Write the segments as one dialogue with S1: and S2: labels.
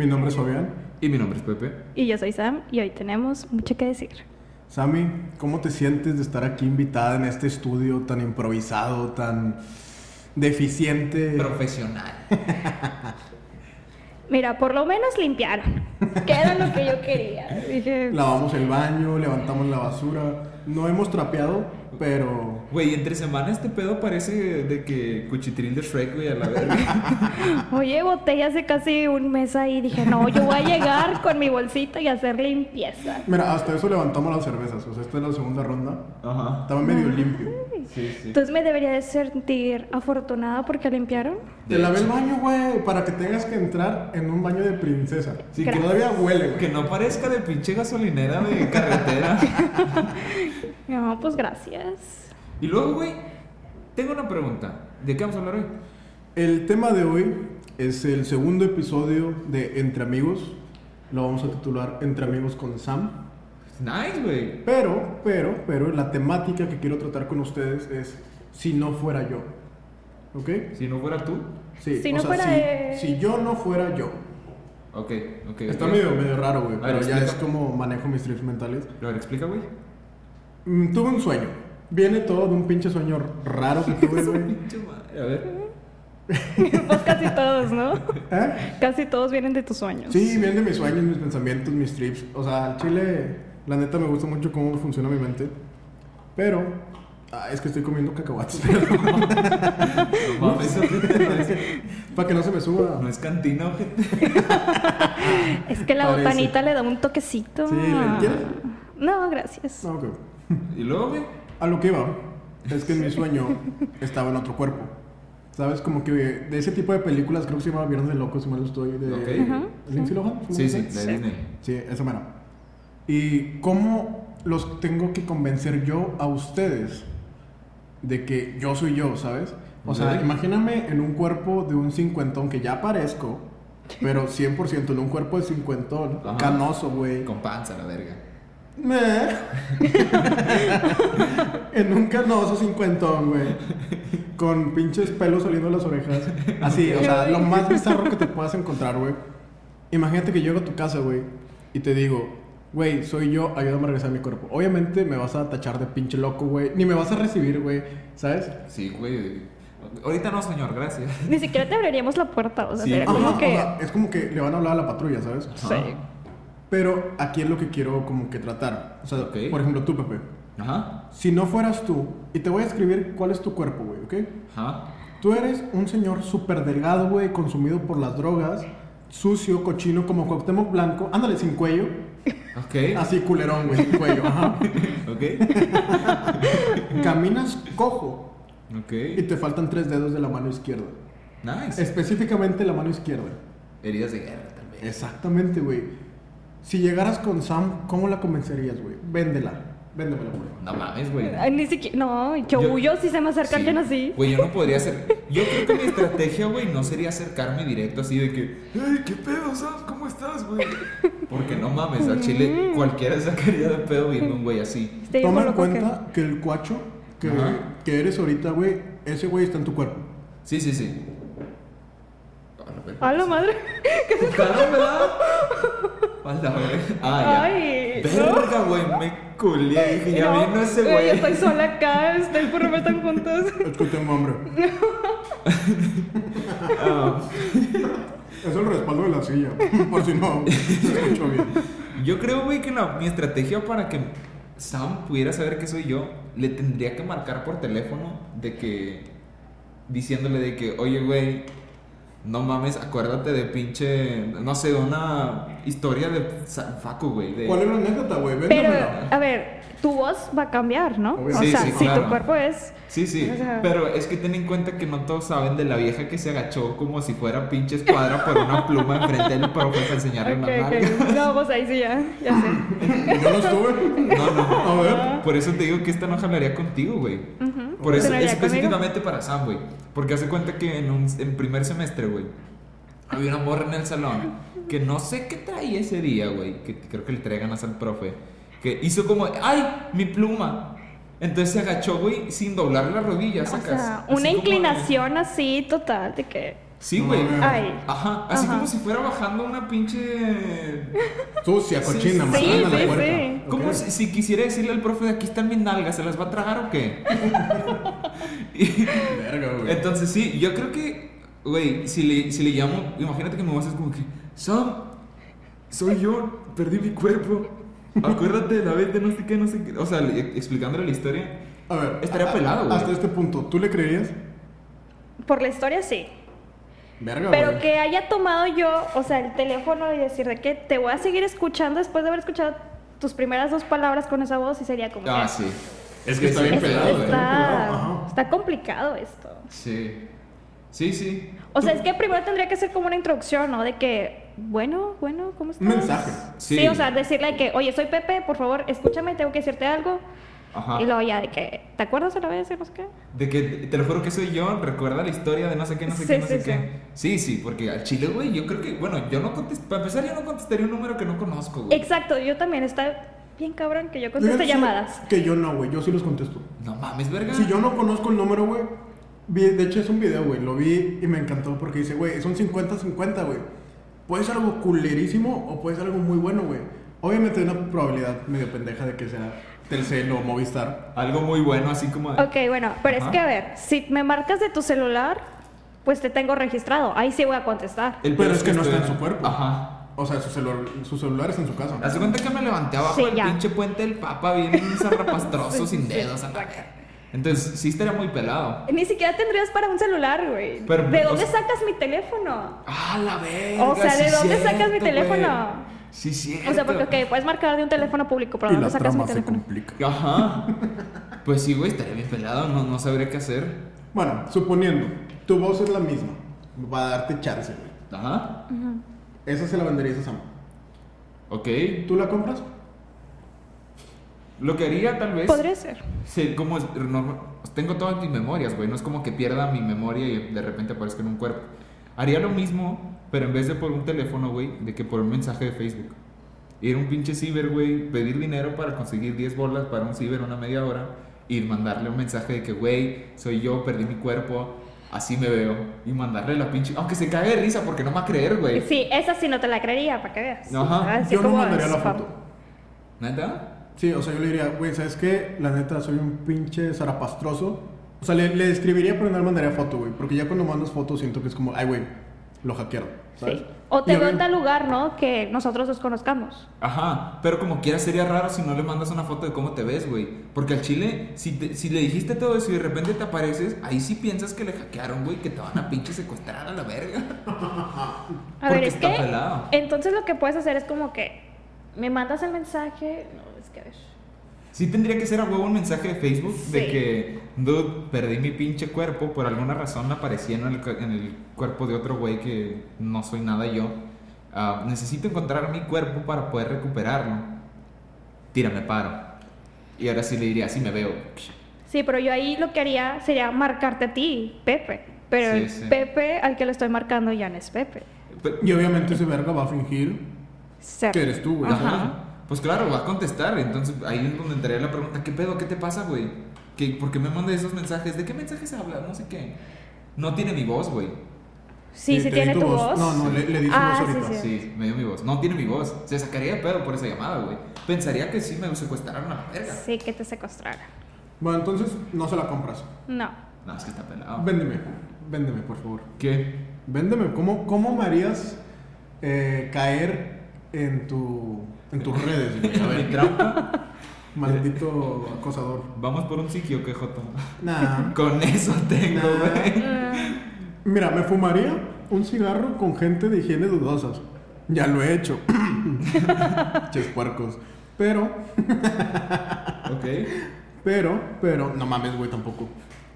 S1: Mi nombre es Fabián.
S2: Y mi nombre es Pepe.
S3: Y yo soy Sam y hoy tenemos mucho que decir.
S1: Sammy, ¿cómo te sientes de estar aquí invitada en este estudio tan improvisado, tan deficiente?
S2: Profesional.
S3: Mira, por lo menos limpiaron. Que era lo que yo quería. Dije,
S1: Lavamos el baño, levantamos la basura. No hemos trapeado, pero
S2: Güey, entre semana este pedo parece de que cuchitril de Shrek, güey, a la verga.
S3: oye, boté hace casi un mes ahí. Dije, no, yo voy a llegar con mi bolsita y hacer limpieza.
S1: mira, hasta eso levantamos las cervezas. O sea, esta es la segunda ronda.
S2: Ajá.
S1: Estaba medio limpio.
S2: Sí, sí.
S3: Entonces me debería de sentir afortunada porque limpiaron.
S1: Te lavé el baño, güey, para que tengas que entrar en un baño de princesa.
S2: Sí,
S1: que
S3: Gracias.
S1: todavía huele,
S2: Que
S1: güey.
S2: no parezca de pinche gasolinera de carretera.
S3: No, pues gracias.
S2: y luego, güey, tengo una pregunta. ¿De qué vamos a hablar hoy?
S1: El tema de hoy es el segundo episodio de Entre Amigos. Lo vamos a titular Entre Amigos con Sam.
S2: Nice, güey.
S1: Pero, pero, pero, la temática que quiero tratar con ustedes es si no fuera yo. ¿Ok?
S2: Si no fuera tú.
S1: Sí,
S3: Si
S1: o
S3: no
S1: sea,
S3: fuera
S1: si,
S3: él.
S1: si yo no fuera yo.
S2: Ok, ok.
S1: Está
S2: ok.
S1: medio, medio raro, güey,
S2: A ver,
S1: pero ya es
S2: explica.
S1: como manejo mis trips mentales.
S2: A ver, explica, güey.
S1: Mm, tuve un sueño. Viene todo de un pinche sueño raro que tuve, güey.
S2: Pinche madre. A ver.
S3: Pues casi todos, ¿no?
S1: ¿Eh?
S3: Casi todos vienen de tus sueños.
S1: Sí, vienen de mis sueños, mis pensamientos, mis trips. O sea, al chile, la neta me gusta mucho cómo funciona mi mente. Pero, ah, es que estoy comiendo cacahuates, pero
S2: No mames, ojete, no es,
S1: para que no se me suba.
S2: no es cantina, ojete.
S3: Es que la
S1: Parece.
S3: botanita le da un toquecito.
S1: Sí, ¿le quieres?
S3: No, gracias.
S1: No, Ah, ok.
S2: Y luego, güey.
S1: A lo que iba es que en mi sueño estaba en otro cuerpo. ¿Sabes? Como que de ese tipo de películas, creo que se llama Viernes de Locos, si mal no estoy, de
S2: Ok. Ajá,
S1: Lindsay Lohan.
S2: Sí, sí, de
S3: Sí.
S2: Disney.
S1: Sí, esa mera. ¿Y cómo los tengo que convencer yo a ustedes de que yo soy yo, ¿sabes? O sea,
S2: Ok.
S1: imagíname en un cuerpo de un cincuentón que ya parezco, pero 100% en un cuerpo de cincuentón,
S2: Ajá.
S1: canoso, güey.
S2: Con panza, la verga.
S1: Meh. en un canoso cincuentón, güey. Con pinches pelos saliendo de las orejas. Así, o sea, lo más bizarro que te puedas encontrar, güey. Imagínate que llego a tu casa, güey, y te digo, güey, soy yo, ayúdame a regresar a mi cuerpo. Obviamente me vas a tachar de pinche loco, güey. Ni me vas a recibir, güey, ¿sabes?
S2: Sí, güey. Ahorita no, señor, gracias.
S3: Ni siquiera te abriríamos la puerta. O sea,
S2: Sí.
S3: sería
S1: Ajá,
S3: como
S1: o
S3: que.
S1: sea, es como que le van a hablar a la patrulla, ¿sabes?
S3: Sí.
S1: Pero aquí es lo que quiero como que tratar. O sea,
S2: Ok.
S1: por ejemplo, tú, Pepe.
S2: Ajá.
S1: Si no fueras tú, y te voy a escribir cuál es tu cuerpo, güey, ¿ok?
S2: Ajá.
S1: Tú eres un señor súper delgado, güey, consumido por las drogas, sucio, cochino, como Cuauhtémoc Blanco. Ándale, sin cuello.
S2: Ok.
S1: Así, culerón, güey, sin cuello, ajá.
S2: Ok.
S1: Caminas cojo
S2: Ok.
S1: y te faltan tres dedos de la mano izquierda.
S2: Nice.
S1: Específicamente la mano izquierda.
S2: Heridas de guerra también.
S1: Exactamente, güey. Si llegaras con Sam, ¿cómo la convencerías, güey? Véndela. Véndemela, güey.
S2: No mames, güey.
S3: Ay, Ni siquiera. No, yo,
S2: Yo-
S3: huyo si se me acerca
S2: Sí.
S3: alguien así.
S2: Güey, yo no podría hacer. Yo creo que mi estrategia, güey, no sería acercarme directo así de que. ¡Ay, qué pedo, Sam! ¿Cómo estás, güey? Porque no mames, al
S3: Mm.
S2: chile cualquiera sacaría de pedo viendo un güey así.
S3: Este,
S1: Toma en
S3: dijo loco que-
S1: cuenta que... el cuacho que,
S2: Ajá.
S1: que eres ahorita, güey, ese güey está en tu cuerpo.
S2: Sí, sí, sí. A la verga.
S3: A la madre.
S2: Claro, ¿verdad? A la verga. Ah, ya.
S3: Ay, no.
S2: Verga, güey, me culié. Dije, ya
S3: No,
S2: vino ese
S3: Yo
S2: güey.
S3: estoy sola acá. Este y el me están juntos.
S1: Es que tengo hambre.
S2: Ah,
S1: Es el respaldo de la silla, por si no se escuchó bien.
S2: yo creo, güey, que la- mi estrategia para que Sam pudiera saber que soy yo, le tendría que marcar por teléfono de que. diciéndole de que, oye, güey. No mames, acuérdate de pinche. No sé, una historia de Sa- Facu, güey. de-
S1: ¿Cuál es la anécdota, güey?
S3: Pero,
S1: Véndemela.
S3: a ver, tu voz va a cambiar, ¿no?
S1: Obvio.
S3: O
S2: Sí,
S3: sea,
S2: sí,
S3: si
S2: claro.
S3: tu cuerpo es.
S2: Sí, sí.
S3: O sea-
S2: Pero es que ten en cuenta que no todos saben de la vieja que se agachó como si fuera pinche escuadra por una pluma enfrente del profe para enseñarle
S3: Ok,
S2: una
S3: ok.
S2: nalga.
S3: No, pues ahí sí ya. Ya sé.
S1: Yo no estuve.
S2: No, no.
S1: A ver.
S2: Por eso te digo que esta no jalaría contigo, güey.
S3: Ujú.
S2: Por eso,
S3: ¿Jalaría conmigo?
S2: específicamente para Sam, güey. Porque hace cuenta que en, un, en primer semestre, güey, había una morra en el salón que no sé qué traía ese día, güey. Que creo que le traía ganas al profe. Que hizo como, ¡ay! Mi pluma. Entonces se agachó, güey, sin doblar la rodilla,
S3: O
S2: sacas.
S3: sea,
S2: Así
S3: una
S2: como-
S3: inclinación así total de que.
S2: Sí, güey.
S1: No,
S3: Ay.
S2: Ajá, así
S3: Ajá.
S2: como si fuera bajando una pinche.
S1: Sucia,
S2: Sí,
S1: cochina,
S2: sí,
S1: marrana
S2: sí,
S1: la
S2: sí.
S1: puerta.
S2: ¿Cómo
S1: Ok.
S2: si, si quisiera decirle al profe de aquí están mis nalgas, ¿se las va a tragar o qué? Y-
S1: Verga, güey.
S2: entonces sí, yo creo que, güey, si le, si le llamo, imagínate que me vas a hacer como que, Sam, soy yo, perdí mi cuerpo. Acuérdate de la vez de no sé qué, no sé qué. O sea, le- explicándole la historia.
S1: A ver,
S2: Estaría
S1: a-
S2: pelado, güey.
S1: Hasta este punto, ¿tú le creerías?
S3: Por la historia sí.
S1: Verga,
S3: Pero
S1: güey.
S3: que haya tomado yo, o sea, el teléfono y decir de que te voy a seguir escuchando después de haber escuchado tus primeras dos palabras con esa voz y sería como...
S2: Ah,
S3: que,
S2: sí.
S1: Es que está
S2: Sí,
S1: bien
S2: sí,
S1: pelado,
S2: sí.
S1: güey.
S3: Está,
S1: Ajá.
S3: está complicado esto.
S2: Sí. Sí, sí.
S3: O sea, es que primero tendría que ser como una introducción, ¿no? De que, bueno, bueno, ¿cómo estás?
S1: Un mensaje.
S2: Sí.
S3: Sí. o sea, decirle que, oye, soy Pepe, por favor, escúchame, tengo que decirte algo.
S2: Ajá.
S1: Ah.
S3: Y luego ya de que, ¿te acuerdas de la vez? No sé qué.
S2: De que te lo juro que soy yo, recuerda la historia de no sé qué, no sé
S3: Sí,
S2: qué, no
S3: sí,
S2: sé
S3: sí.
S2: qué. Sí, sí, porque al chile, güey, yo creo que, bueno, yo no contesté, para empezar, yo no contestaría un número que no conozco, güey.
S3: Exacto, yo también, está bien cabrón que yo
S1: Yo creo
S3: conteste
S1: que sí-
S3: llamadas.
S1: Que yo no, güey. Yo sí los contesto.
S2: No mames, verga.
S1: Si yo no conozco el número, güey. vi- De hecho, es un video, güey. Lo vi y me encantó porque dice, güey, es un 50-50, güey. Puede ser algo culerísimo o puede ser algo muy bueno, güey. Obviamente hay una probabilidad medio pendeja de que sea Telcel o Movistar.
S2: Algo muy bueno, así como... de-
S3: Ok, bueno, pero
S2: Ajá.
S3: es que a ver, si me marcas de tu celular, pues te tengo registrado, ahí sí voy a contestar.
S2: El
S1: Pero
S2: pedo
S1: es que no
S2: estoy-
S1: está en su cuerpo.
S2: Ajá.
S1: O sea, su celular, su celular está en su casa.
S2: Hace cuenta que me levanté abajo
S3: Sí,
S2: del
S3: ya.
S2: pinche puente del Papa, bien zarrapastroso, sin dedos, a la verga. Entonces, sí estaría muy pelado.
S3: Ni siquiera tendrías para un celular, güey.
S2: Pero,
S3: ¿De
S2: o
S3: dónde
S2: sea-
S3: sacas mi teléfono?
S2: ¡Ah, la verga!
S3: O sea, ¿de
S2: sí
S3: dónde
S2: cierto,
S3: sacas mi
S2: güey.
S3: teléfono?
S2: Sí, sí.
S3: O sea, porque, ok, puedes marcar de un teléfono público, pero ¿dónde sacas mi teléfono?
S1: complica.
S2: Ajá. Pues sí, güey, estaría bien pelado, no, no sabría qué hacer.
S1: Bueno, suponiendo, tu voz es la misma. Va a darte chance, güey.
S2: Ajá.
S1: Esa se la venderías a Sam.
S2: Ok.
S1: ¿Tú la compras?
S2: Lo que haría tal vez.
S3: Podría ser.
S2: Sí, como es- no- tengo todas mis memorias, güey. No es como que pierda mi memoria y de repente aparezca en un cuerpo. Haría lo mismo, pero en vez de por un teléfono, güey, de que por un mensaje de Facebook. Ir a un pinche ciber, güey, pedir dinero para conseguir 10 bolas para un ciber una media hora. Y mandarle un mensaje de que, güey, soy yo, perdí mi cuerpo, así me veo. Y mandarle la pinche. Aunque se cague de risa porque no me va a creer, güey.
S3: Sí, esa sí no te la creería, para Ah, que veas.
S2: Ajá.
S3: Así
S1: yo no
S3: como
S1: mandaría la
S3: spam.
S1: foto.
S2: ¿Neta?
S1: Sí, o sea, yo le diría, güey, ¿sabes qué? La neta, soy un pinche zarapastroso. O sea, le, le escribiría, pero no le mandaría foto, güey. Porque ya cuando mandas fotos siento que es como, ay, güey, lo hackearon. ¿sabes?
S3: Sí. O te
S1: Y
S3: veo en
S1: obvio-
S3: tal lugar, ¿no? Que nosotros nos conozcamos.
S2: Ajá, pero como quiera sería raro si no le mandas una foto de cómo te ves, güey. Porque al chile, si, te- si le dijiste todo eso y de repente te apareces, ahí sí piensas que le hackearon, güey, que te van a pinche secuestrar a la verga.
S3: A
S2: Porque
S3: ver, es
S2: está
S3: que.
S2: pelado.
S3: Entonces lo que puedes hacer es como que me mandas el mensaje. No, es que a ver.
S2: Sí tendría que ser a huevo un mensaje de Facebook de
S3: Sí.
S2: que, dude, perdí mi pinche cuerpo, por alguna razón me aparecí en el, cu- en el cuerpo de otro güey que no soy nada yo. Ah, necesito encontrar mi cuerpo para poder recuperarlo. Tírame paro. Y ahora sí le diría, así me veo.
S3: Sí, pero yo ahí lo que haría sería marcarte a ti, Pepe. Pero
S2: Sí,
S3: el
S2: sí.
S3: Pepe al que le estoy marcando ya no es Pepe.
S2: Pero-
S1: Y obviamente ese verga va a fingir
S3: Ser.
S1: que eres tú, güey.
S3: Ajá.
S1: ¿sabes?
S2: Pues claro, va a contestar. Entonces ahí es donde entraría la pregunta: ¿Qué pedo? ¿Qué te pasa, güey? ¿Qué- ¿Por qué me mandas esos mensajes? ¿De qué mensajes habla? No sé qué. No tiene mi voz, güey.
S3: Sí, sí
S1: te di
S3: tiene tu voz.
S1: No, no, le, le di su
S3: Ah,
S1: voz
S3: sí,
S1: ahorita.
S3: sí.
S2: Sí, me dio mi voz. No tiene mi voz. Se sacaría de pedo por esa llamada, güey. Pensaría que sí me secuestraron a la verga.
S3: Sí, que te secuestraron.
S1: Bueno, entonces no se la compras.
S3: No.
S2: No, es que está pelado.
S1: Véndeme, véndeme, por favor.
S2: ¿Qué?
S1: Véndeme, ¿cómo, cómo me harías eh, caer en, tu, en tus redes, güey? A
S2: ¿Mi
S1: ver,
S2: trampa?
S1: maldito acosador.
S2: Vamos por un psiquio, que joto.
S1: Nah.
S2: Con eso tengo,
S1: Nah.
S2: güey.
S3: Mm,
S1: Mira, me fumaría un cigarro con gente de higiene dudosas. Ya lo he hecho. Ches puercos. Pero,
S2: Ok.
S1: pero, pero, no mames, güey, tampoco.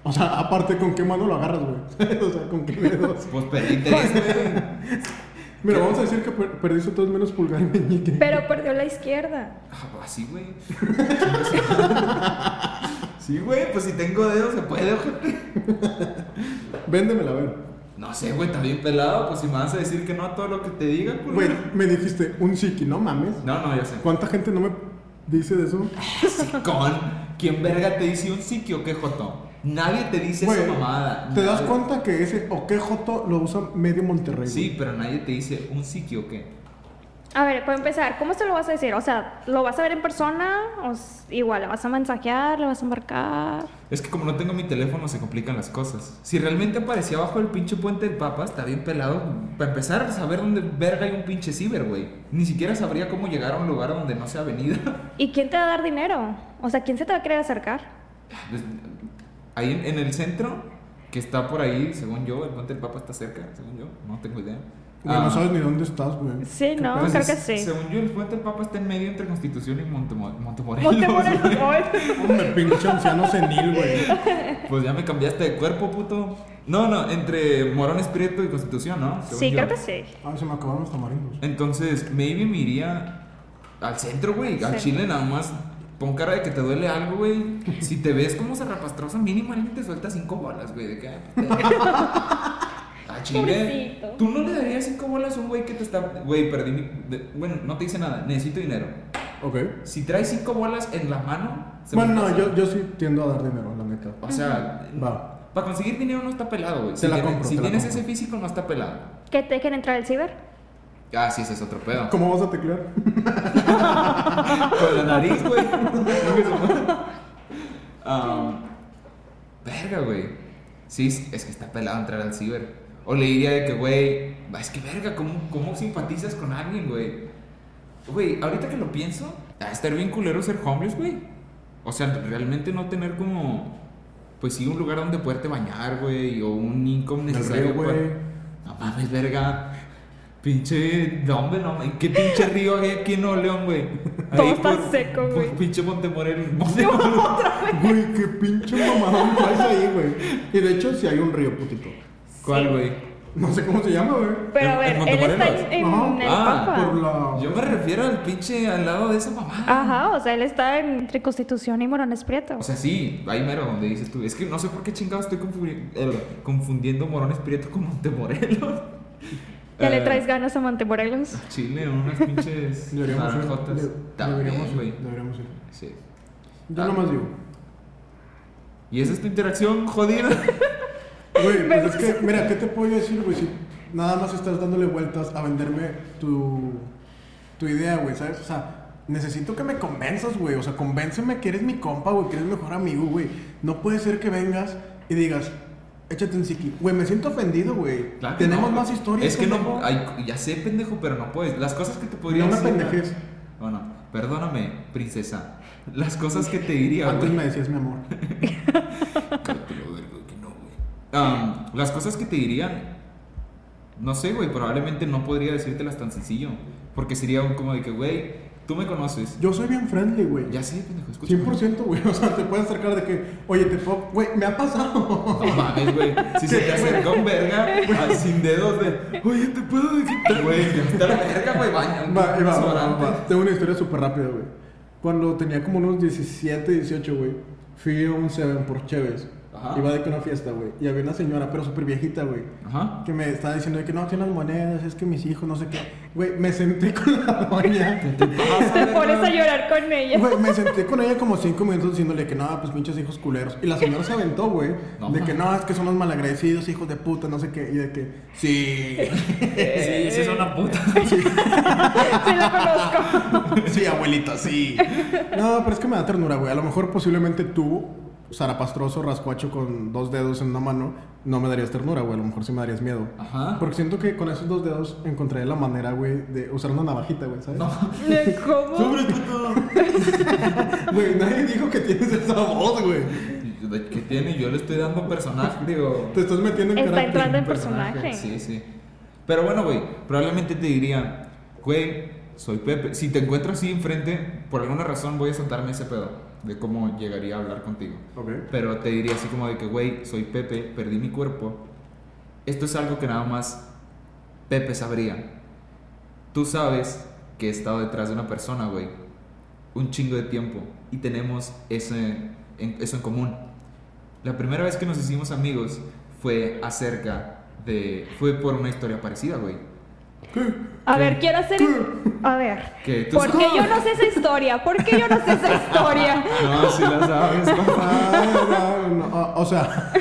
S1: O sea, aparte, ¿con qué mano lo agarras, güey? o sea, ¿con qué dedos?
S2: Pues perdí interés, güey.
S1: Mira, vamos a decir que per- perdiste todos menos pulgar y meñique.
S3: pero perdió la izquierda.
S2: Ah, pues así, güey. sí, güey, pues si tengo dedos se puede, ojete.
S1: Véndemela, a ver.
S2: No sé, güey, está bien pelado, pues si me vas a decir que no a todo lo que te diga, culero.
S1: Güey, me dijiste un psiqui, no mames.
S2: No, no, ya sé.
S1: ¿Cuánta gente no me dice de eso?
S2: Con ¿Quién verga te dice un psiquio, qué joto? Nadie te dice
S1: Güey,
S2: esa mamada.
S1: ¿Te das
S2: Nadie.
S1: cuenta que ese o qué joto lo usa medio Monterrey?
S2: Sí, pero nadie te dice un psiqui o qué.
S3: A ver, para empezar, ¿cómo se lo vas a decir? O sea, ¿lo vas a ver en persona? O s- igual, ¿la vas a mensajear? ¿La vas a marcar?
S2: Es que como no tengo mi teléfono se complican las cosas. Si realmente aparecía abajo del pinche puente del Papa, está bien pelado. Para empezar, a saber dónde verga hay un pinche ciber, güey. Ni siquiera sabría cómo llegar a un lugar donde no sea avenida.
S3: ¿Y quién te va a dar dinero? O sea, ¿quién se te va a querer acercar?
S2: Pues, Ahí en, en el centro, que está por ahí, según yo, el puente del Papa está cerca, según yo. No tengo idea.
S1: Güey,
S2: Ah,
S1: no sabes ni dónde estás, güey.
S3: Sí,
S1: ¿Qué
S3: ¿no?
S1: pedo?
S2: pues,
S3: Creo que
S2: es-
S3: sí.
S2: Según yo, el puente del Papa está en medio entre Constitución y Montemo- Montemorelos.
S3: Montemorelos,
S2: güey.
S3: hoy.
S1: Hombre, pinche anciano senil, güey.
S2: Pues ya me cambiaste de cuerpo, puto. No, no, entre Morón Espíritu y Constitución, ¿no? Según
S3: Sí,
S2: yo.
S3: creo que sí.
S1: Ah, se me acabaron los tamarindos.
S2: ¿Eh? Entonces, maybe me iría al centro, güey. Al
S3: Sí.
S2: chile nada más. Pon cara de que te duele algo, güey. Si te ves como zarrapastrosa, mínimo alguien te suelta cinco bolas, güey. De que. "Ay, pues, te- Al chile.
S3: Pobrecito.
S2: Tú no le darías cinco bolas a un güey que te está. Güey, perdí mi. de- Bueno, no te hice nada. Necesito dinero.
S1: Ok.
S2: Si traes cinco bolas en la mano. se
S1: Bueno,
S2: me
S1: no,
S2: pasa.
S1: yo, yo sí tiendo a dar dinero, la neta.
S2: O sea,
S1: Va.
S2: para conseguir dinero no está pelado, güey.
S1: Te
S2: Si,
S1: la
S2: tienes-
S1: compro,
S2: si
S1: te la
S2: tienes
S1: compro.
S2: ese físico, no está pelado.
S3: ¿Que te dejen entrar al ciber?
S2: Ah, sí, ese es otro pedo.
S1: ¿Cómo vas a teclear?
S2: Con la nariz, güey. Ah, verga, güey. Sí, es es que está pelado entrar al ciber. O le diría de que, güey, va, es que verga, ¿cómo, cómo simpatizas con alguien, güey? Güey, ahorita que lo pienso, a estar bien culero ser homeless, güey. O sea, realmente no tener como, pues sí, un lugar donde poderte bañar, güey, o un income
S1: El
S2: necesario, pues.
S1: río,
S2: para-
S1: güey.
S2: No mames, verga. Pinche, no, hombre, no, ¿en qué pinche río hay aquí en Nuevo León, güey?
S3: Todo
S2: Ahí
S3: está
S2: por-
S3: seco,
S2: por
S3: güey.
S2: Pinche Montemorelos. Montemorelos.
S1: Güey, qué pinche mamadón traes ahí, güey. Y de hecho, sí hay un río putito.
S2: ¿Cuál, güey?
S1: No sé cómo se llama, güey.
S3: Pero
S2: ¿En-
S3: a ver,
S2: en
S3: él está
S2: Montemorelos?
S3: en, en
S1: No,
S3: el
S2: ah,
S3: Papa.
S1: Por la.
S2: Yo me refiero al pinche al lado de esa mamá.
S3: Ajá, o sea, él está entre Constitución y Morones Prieto.
S2: O sea, sí, ahí mero donde dices tú. Es que no sé por qué chingados estoy confundi- el- confundiendo Morones Prieto con Montemorelos.
S3: ya le
S2: Eh,
S3: traes ganas a Montemorelos.
S2: Chile, unas pinches
S1: Deberíamos ir.
S2: naranjotas.
S1: de-
S2: También,
S1: Deberíamos
S2: güey.
S1: ir. Deberíamos ir.
S2: Sí.
S1: Yo
S2: Ah.
S1: nomás digo.
S2: ¿Y esa es tu interacción jodida?
S1: Güey, pues es que, mira, ¿qué te puedo yo decir, güey? Si nada más estás dándole vueltas a venderme tu, tu idea, güey, ¿sabes? O sea, necesito que me convenzas, güey. O sea, convénceme que eres mi compa, güey, que eres mejor amigo, güey. No puede ser que vengas y digas, échate un psiqui. Güey, me siento ofendido, güey.
S2: Claro que
S1: Tenemos
S2: no.
S1: más historias.
S2: Es que
S1: pendejo.
S2: no, ay, ya sé, pendejo, pero no puedes. Las cosas que te podría
S1: No me
S2: decir.
S1: pendejes.
S2: Bueno, perdóname, princesa. Las cosas que te diría,
S1: Antes
S2: güey.
S1: me decías, mi amor.
S2: Cártelo, verga, que no, güey. Am, las cosas que te dirían, no sé, güey, probablemente no podría decírtelas tan sencillo. Porque sería un como de que, güey, tú me conoces.
S1: Yo soy bien friendly, güey.
S2: Ya sé, pendejo, escucha.
S1: 100%, güey. O sea, te puedes acercar de que, oye, te puedo. Güey, me ha pasado.
S2: No mames, güey. Si se te acerca un verga, al- sin dedos de. Oye, te puedo decir. Güey, ya está la verga, güey, baña.
S1: Va, ahí va, va, va,
S2: desodorante".
S1: va. Tengo una historia súper rápida, güey. Cuando tenía como unos 17, 18, güey, fui a un Seven por Chévez.
S2: Ajá.
S1: Iba de que a una fiesta, güey. Y había una señora, pero súper viejita, güey.
S2: Ajá.
S1: Que me estaba diciendo de que no, tiene las monedas, es que mis hijos, no sé qué. Güey, me senté con la doña.
S3: Te pones a llorar con ella.
S1: Güey, me senté con ella como cinco minutos diciéndole que no, pues pinches hijos culeros. Y la señora se aventó, güey.
S2: No,
S1: de que
S2: ma.
S1: no, es que son los malagradecidos, hijos de puta, no sé qué. Y de que, sí,
S2: Sí, sí, es una puta.
S3: Sí, la conozco.
S1: sí, abuelita, sí. No, pero es que me da ternura, güey. A lo mejor posiblemente tú, zarapastroso, rascuacho con dos dedos en una mano, no me darías ternura, güey. A lo mejor sí me darías miedo.
S2: Ajá.
S1: Porque siento que con esos dos dedos encontré la manera, güey, de usar una navajita, güey, ¿sabes?
S3: ¿Cómo?
S1: Güey, nadie dijo que tienes esa voz, güey.
S2: ¿Qué tiene? Yo le estoy dando personaje, digo.
S1: Te estás metiendo en
S3: Está
S1: carácter.
S3: entrando en personaje.
S2: Sí, sí. Pero bueno, güey, probablemente te diría, güey, soy Pepe. Si te encuentro así enfrente, por alguna razón voy a saltarme ese pedo de cómo llegaría a hablar contigo.
S1: Ok.
S2: Pero te diría así como de que, güey, soy Pepe, perdí mi cuerpo. Esto es algo que nada más Pepe sabría. Tú sabes que he estado detrás de una persona, güey, un chingo de tiempo y tenemos ese, en- eso en común. La primera vez que nos hicimos amigos fue acerca de... fue por una historia parecida, güey.
S3: A ver, quiero hacer. A ver.
S2: Que tú
S3: ¿Por qué yo no sé esa historia? ¿Por qué yo no sé esa historia?
S2: No, si la sabes, papá.
S1: Ah, no, o, o sea,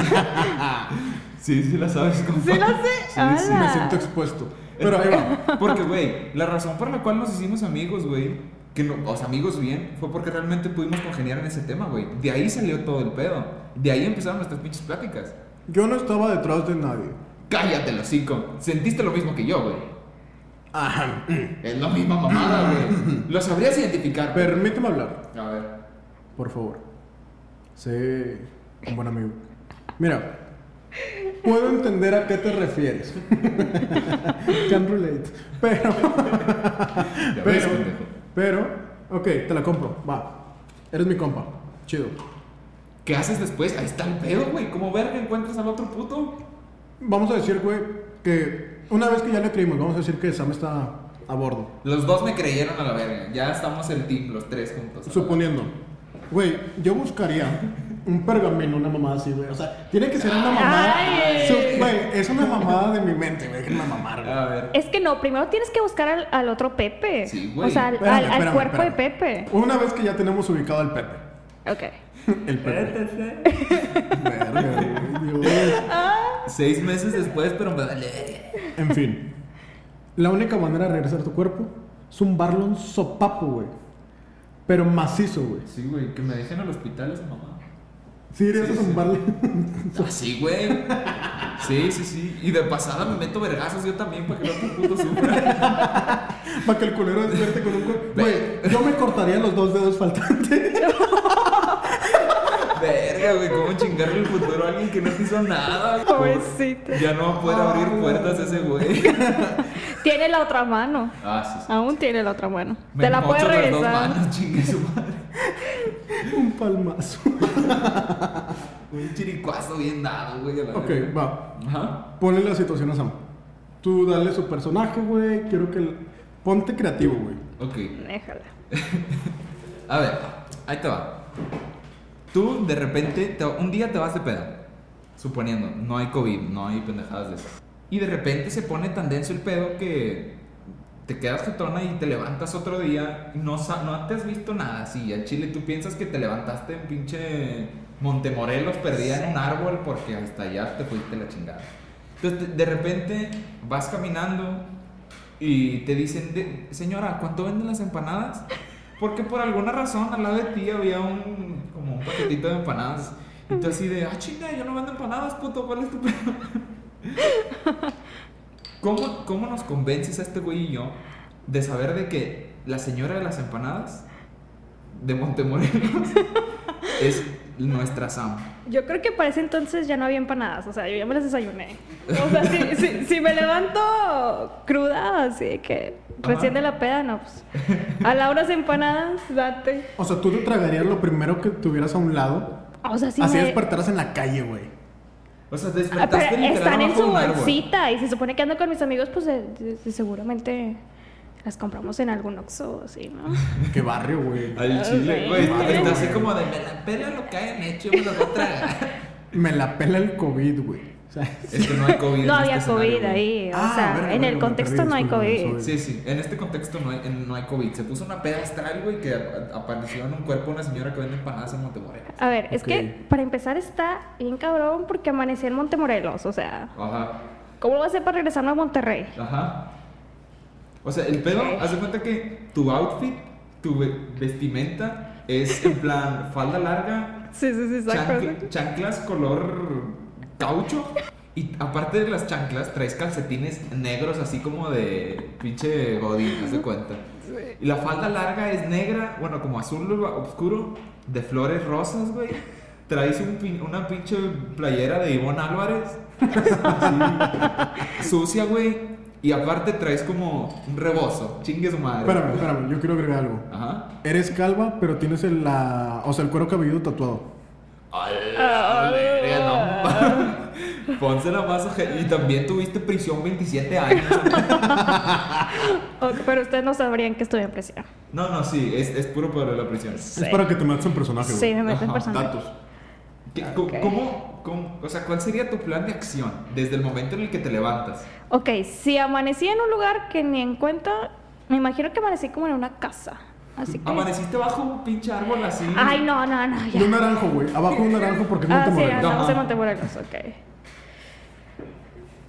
S2: Sí, sí la sabes, compa.
S3: Sí lo sé.
S2: Sí, sí.
S1: me
S3: Ala.
S1: siento expuesto. Pero ahí va.
S2: Porque, güey, la razón por la cual nos hicimos amigos, güey, que no, o sea, amigos bien, fue porque realmente pudimos congeniar en ese tema, güey. De ahí salió todo el pedo. De ahí empezaron nuestras pinches pláticas.
S1: Yo no estaba detrás de nadie.
S2: Cállate, los cinco. Sentiste lo mismo que yo, güey.
S1: Ajá.
S2: Es la misma mamada, güey. Lo sabrías identificar.
S1: Permíteme hablar,
S2: A ver.
S1: por favor. Sé un buen amigo. Mira, puedo entender a qué te refieres. Can relate. Pero,
S2: Ya ves,
S1: pero,
S2: pendejo.
S1: pero, ok, te la compro. Va. Eres mi compa. Chido.
S2: ¿Qué haces después? Ahí está el pedo, güey. ¿Cómo verga encuentras al otro puto?
S1: Vamos a decir, güey, que una vez que ya le creímos, vamos a decir que Sam está a bordo.
S2: Los dos me creyeron a la verga. Ya estamos el team, los tres juntos.
S1: Suponiendo, güey, yo buscaría un pergamino, una mamada así, güey. O sea, tiene que ser una mamada.
S3: Ay.
S1: Su- Güey, es una mamada de mi mente, güey. Déjenme mamar, güey.
S2: A ver.
S3: Es que no, primero tienes que buscar al, al otro Pepe.
S2: Sí, güey.
S3: O sea, al,
S1: Espérame,
S3: al- al
S1: espérame,
S3: cuerpo de
S1: espérame.
S3: Pepe.
S1: Una vez que ya tenemos ubicado al Pepe.
S3: Ok.
S1: El Pepe. Verga, güey, Dios.
S2: Seis meses después, pero me vale verga.
S1: En fin. La única manera de regresar a tu cuerpo es zumbarlo un sopapo, güey. Pero macizo, güey.
S2: Sí, güey, que me dejen al hospital esa mamá.
S1: Sí, irías
S2: Sí,
S1: a
S2: sí.
S1: zumbarle.
S2: Así, Ah, güey. Sí, sí, sí. Y de pasada me meto vergazos yo también para que el otro puto sufra.
S1: Para que el culero despierte con un cor- Güey, yo me cortaría los dos dedos faltantes.
S2: Verga, güey, cómo chingarle el futuro a alguien que no te hizo nada. güey?
S3: Pobrecito.
S2: Ya no va a poder abrir puertas ese güey.
S3: Tiene la otra mano.
S2: Ah, sí, sí.
S3: Aún tiene la otra mano.
S2: Me
S3: Te la puede
S2: mocho las dos
S3: regresar.
S2: manos, chingue su madre.
S1: Un palmazo.
S2: Un chiricuazo bien dado, güey. a la
S1: Ok,
S2: verga.
S1: va.
S2: Ajá.
S1: Ponle la situación a Sam. Tú dale su personaje, güey. Quiero que. el- Ponte creativo, güey.
S2: Ok.
S3: Déjala.
S2: A ver, ahí te va. Tú de repente, te- un día te vas de peda. Suponiendo, no hay COVID, no hay pendejadas de esas. Y de repente se pone tan denso el pedo que te quedas jetona y te levantas otro día y no, sa- no te has visto nada así. Al chile tú piensas que te levantaste en pinche Montemorelos perdida en un árbol porque hasta allá te fuiste la chingada. Entonces te- de repente vas caminando y te dicen, de- señora, ¿cuánto venden las empanadas? Porque por alguna razón al lado de ti había un, como un paquetito de empanadas. Y tú así de, ah, chinga, yo no vendo empanadas, puto, ¿cuál es tu pedo?" ¿Cómo, ¿Cómo nos convences a este güey y yo de saber de que la señora de las empanadas de Montemorelos es nuestra Sam?
S3: Yo creo que para ese entonces ya no había empanadas. O sea, yo ya me las desayuné. O sea, si, si- si me levanto cruda, así de que recién
S2: Ajá.
S3: de la peda, no, pues. A la hora de empanadas, date.
S1: O sea, tú te tragarías lo primero que tuvieras a un lado.
S3: O sea, si
S1: así
S3: me...
S1: despertaras en la calle, güey.
S2: O sea,
S3: Ah, pero
S2: despertaste literal
S3: están en
S2: abajo
S3: su
S2: de un árbol.
S3: bolsita y se supone que ando con mis amigos, pues de- de- de seguramente las compramos en algún Oxxo, así, ¿no?
S1: Qué barrio, güey.
S2: Al chile,
S3: Ah,
S2: güey.
S3: güey.
S2: Está así como de, me la pela lo que hayan hecho, me lo voy a tragar.
S1: Me la pela el COVID, güey. O sea,
S2: Es que no hay COVID. en
S3: No
S2: este
S3: había
S2: escenario,
S3: COVID
S2: güey.
S3: ahí, o
S1: Ah,
S3: sea,
S1: verga,
S3: en
S1: verga,
S3: el
S1: me
S3: contexto
S1: perdí,
S3: no hay
S1: disculpa,
S3: COVID.
S1: soy-
S2: Sí, sí, en este contexto no hay, en- no hay COVID. Se puso una peda astral, güey, que a- apareció en un cuerpo una señora que vende empanadas en Montemorelos.
S3: A ver, es que
S1: Ok.
S3: para empezar está bien cabrón porque amanecí en Montemorelos, o sea,
S2: Ajá,
S3: ¿cómo lo vas a hacer para regresarme a Monterrey?
S2: ajá. O sea, el pedo,
S3: Ok.
S2: haz de cuenta que tu outfit, tu ve- vestimenta es en plan falda larga,
S3: Sí, sí, sí, exacto.
S2: chancla- chanclas color caucho. Y aparte de las chanclas, traes calcetines negros así como de pinche godín, haz de cuenta. Y la falda larga es negra, bueno, como azul oscuro, de flores rosas, güey. Traes un pin- una pinche playera de Ivonne Álvarez. así, sucia, güey. Y aparte traes como un rebozo. Chingue su madre.
S1: Espérame, espérame. Yo quiero agregar algo.
S2: Ajá.
S1: Eres calva, pero tienes el, la, o sea, el cuero cabelludo tatuado.
S2: A la verga, no. Pónsela más oje- Y también tuviste prisión 27 años.
S3: Ok, pero ustedes no sabrían que estuve en prisión.
S2: No, no, sí, es, es puro para la prisión.
S3: Sí,
S1: Es para que te metas en personaje, güey.
S3: Sí, me meto en
S2: Ajá,
S3: personal.
S1: Datos.
S2: ¿Qué- co-
S3: Ok.
S2: ¿Cómo, cómo- o sea, ¿cuál sería tu plan de acción desde el momento en el que te levantas?
S3: Ok, si amanecí en un lugar que ni en cuenta, me imagino que amanecí como en una casa. Así que.
S2: Amaneciste bajo un pinche árbol así.
S3: Ay, no, no, no, ya.
S1: De un naranjo, güey. Abajo de un naranjo porque no
S3: ah,
S1: te
S3: sí,
S1: mueres.
S3: andamos
S2: Ajá.
S3: en Montemorelos, ok.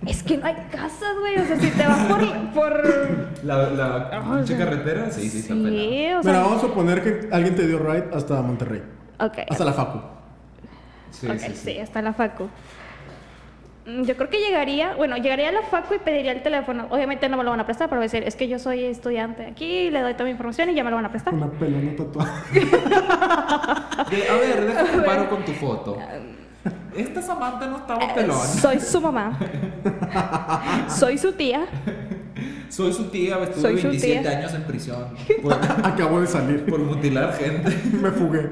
S3: Es que no hay casas, güey. O sea, si te vas por. por...
S2: La, la
S3: Ah,
S2: pinche
S3: o sea,
S2: carretera, sí, sí, está pelada.
S3: Sí, o
S1: Mira,
S3: sea.
S1: vamos a poner que alguien te dio ride hasta Monterrey.
S3: Ok,
S1: Hasta la Facu.
S2: Sí,
S3: ok,
S2: sí, sí.
S3: sí, hasta la facu. Mm, Yo creo que llegaría, bueno, llegaría a la facu y pediría el teléfono. Obviamente no me lo van a prestar, pero voy a decir, es que yo soy estudiante aquí, le doy toda mi información y ya me lo van a prestar.
S1: Una pelona tatuada.
S2: De- a ver, deja comparo con tu foto.
S3: Um.
S2: Esta Samantha no
S3: Eh,
S2: estaba pelona.
S3: Soy su mamá. soy su tía.
S2: Soy su tía, estuve
S3: Soy su
S2: 27
S3: tía.
S2: años en prisión por,
S1: Acabo de salir.
S2: por mutilar gente.
S1: Me fugué.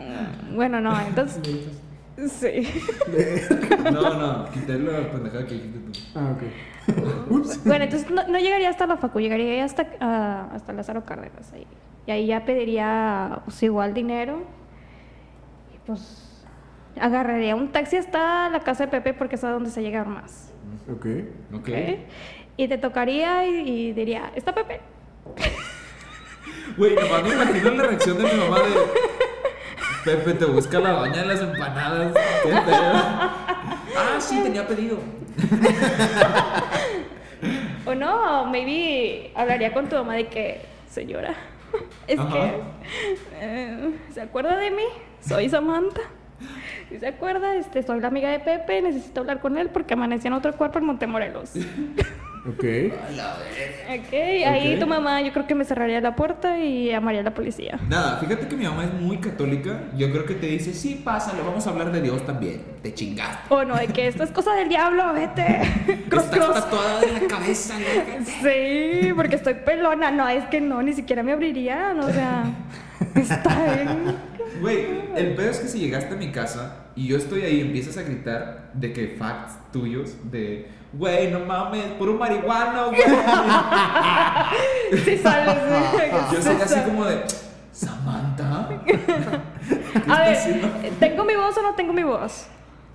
S3: Mm, Bueno, no, entonces. Sí.
S2: No, no, quité la pendejada que dijiste tú.
S1: Ah, ok. Ups.
S3: Bueno, entonces no, no llegaría hasta la facu, llegaría hasta, ah, hasta Lázaro Cárdenas. Ahí. Y ahí ya pediría pues, igual dinero. Y pues agarraría un taxi hasta la casa de Pepe porque es a donde se llega más.
S1: Ok.
S2: Ok.
S3: ¿ok? Y te tocaría y, y diría, ¿está Pepe?
S2: Güey, nomás me imagino la reacción de mi mamá de. Pepe, te busca la doña de las empanadas. Qué pedo. Ah, sí, tenía pedido.
S3: O no, maybe hablaría con tu mamá de que, señora, es
S2: Ajá.
S3: que eh, se acuerda de mí, soy Samantha. Si se acuerda, este, soy la amiga de Pepe, necesito hablar con él porque amaneció en otro cuerpo en Montemorelos.
S1: Ok.
S3: ok, ahí
S1: Ok.
S3: tu mamá yo creo que me cerraría la puerta y llamaría a la policía.
S2: Nada, fíjate que mi mamá es muy católica. Yo creo que te dice, sí, pásale, vamos a hablar de Dios también. Te chingaste.
S3: O no, de que esto es cosa del diablo, vete. Cross,
S2: Estás
S3: cross.
S2: tatuada de la cabeza, loca.
S3: Sí, porque estoy pelona. No, es que no, ni siquiera me abrirían, o sea, está bien.
S2: Güey, el pedo es que si llegaste a mi casa y yo estoy ahí y empiezas a gritar de que facts tuyos, de, güey, no mames, puro marihuano, güey.
S3: Sí sales. ¿eh?
S2: Yo
S3: Sí
S2: soy así
S3: sales.
S2: como de, Samantha.
S3: A
S2: está
S3: ver,
S2: haciendo?
S3: ¿tengo mi voz o no tengo mi voz?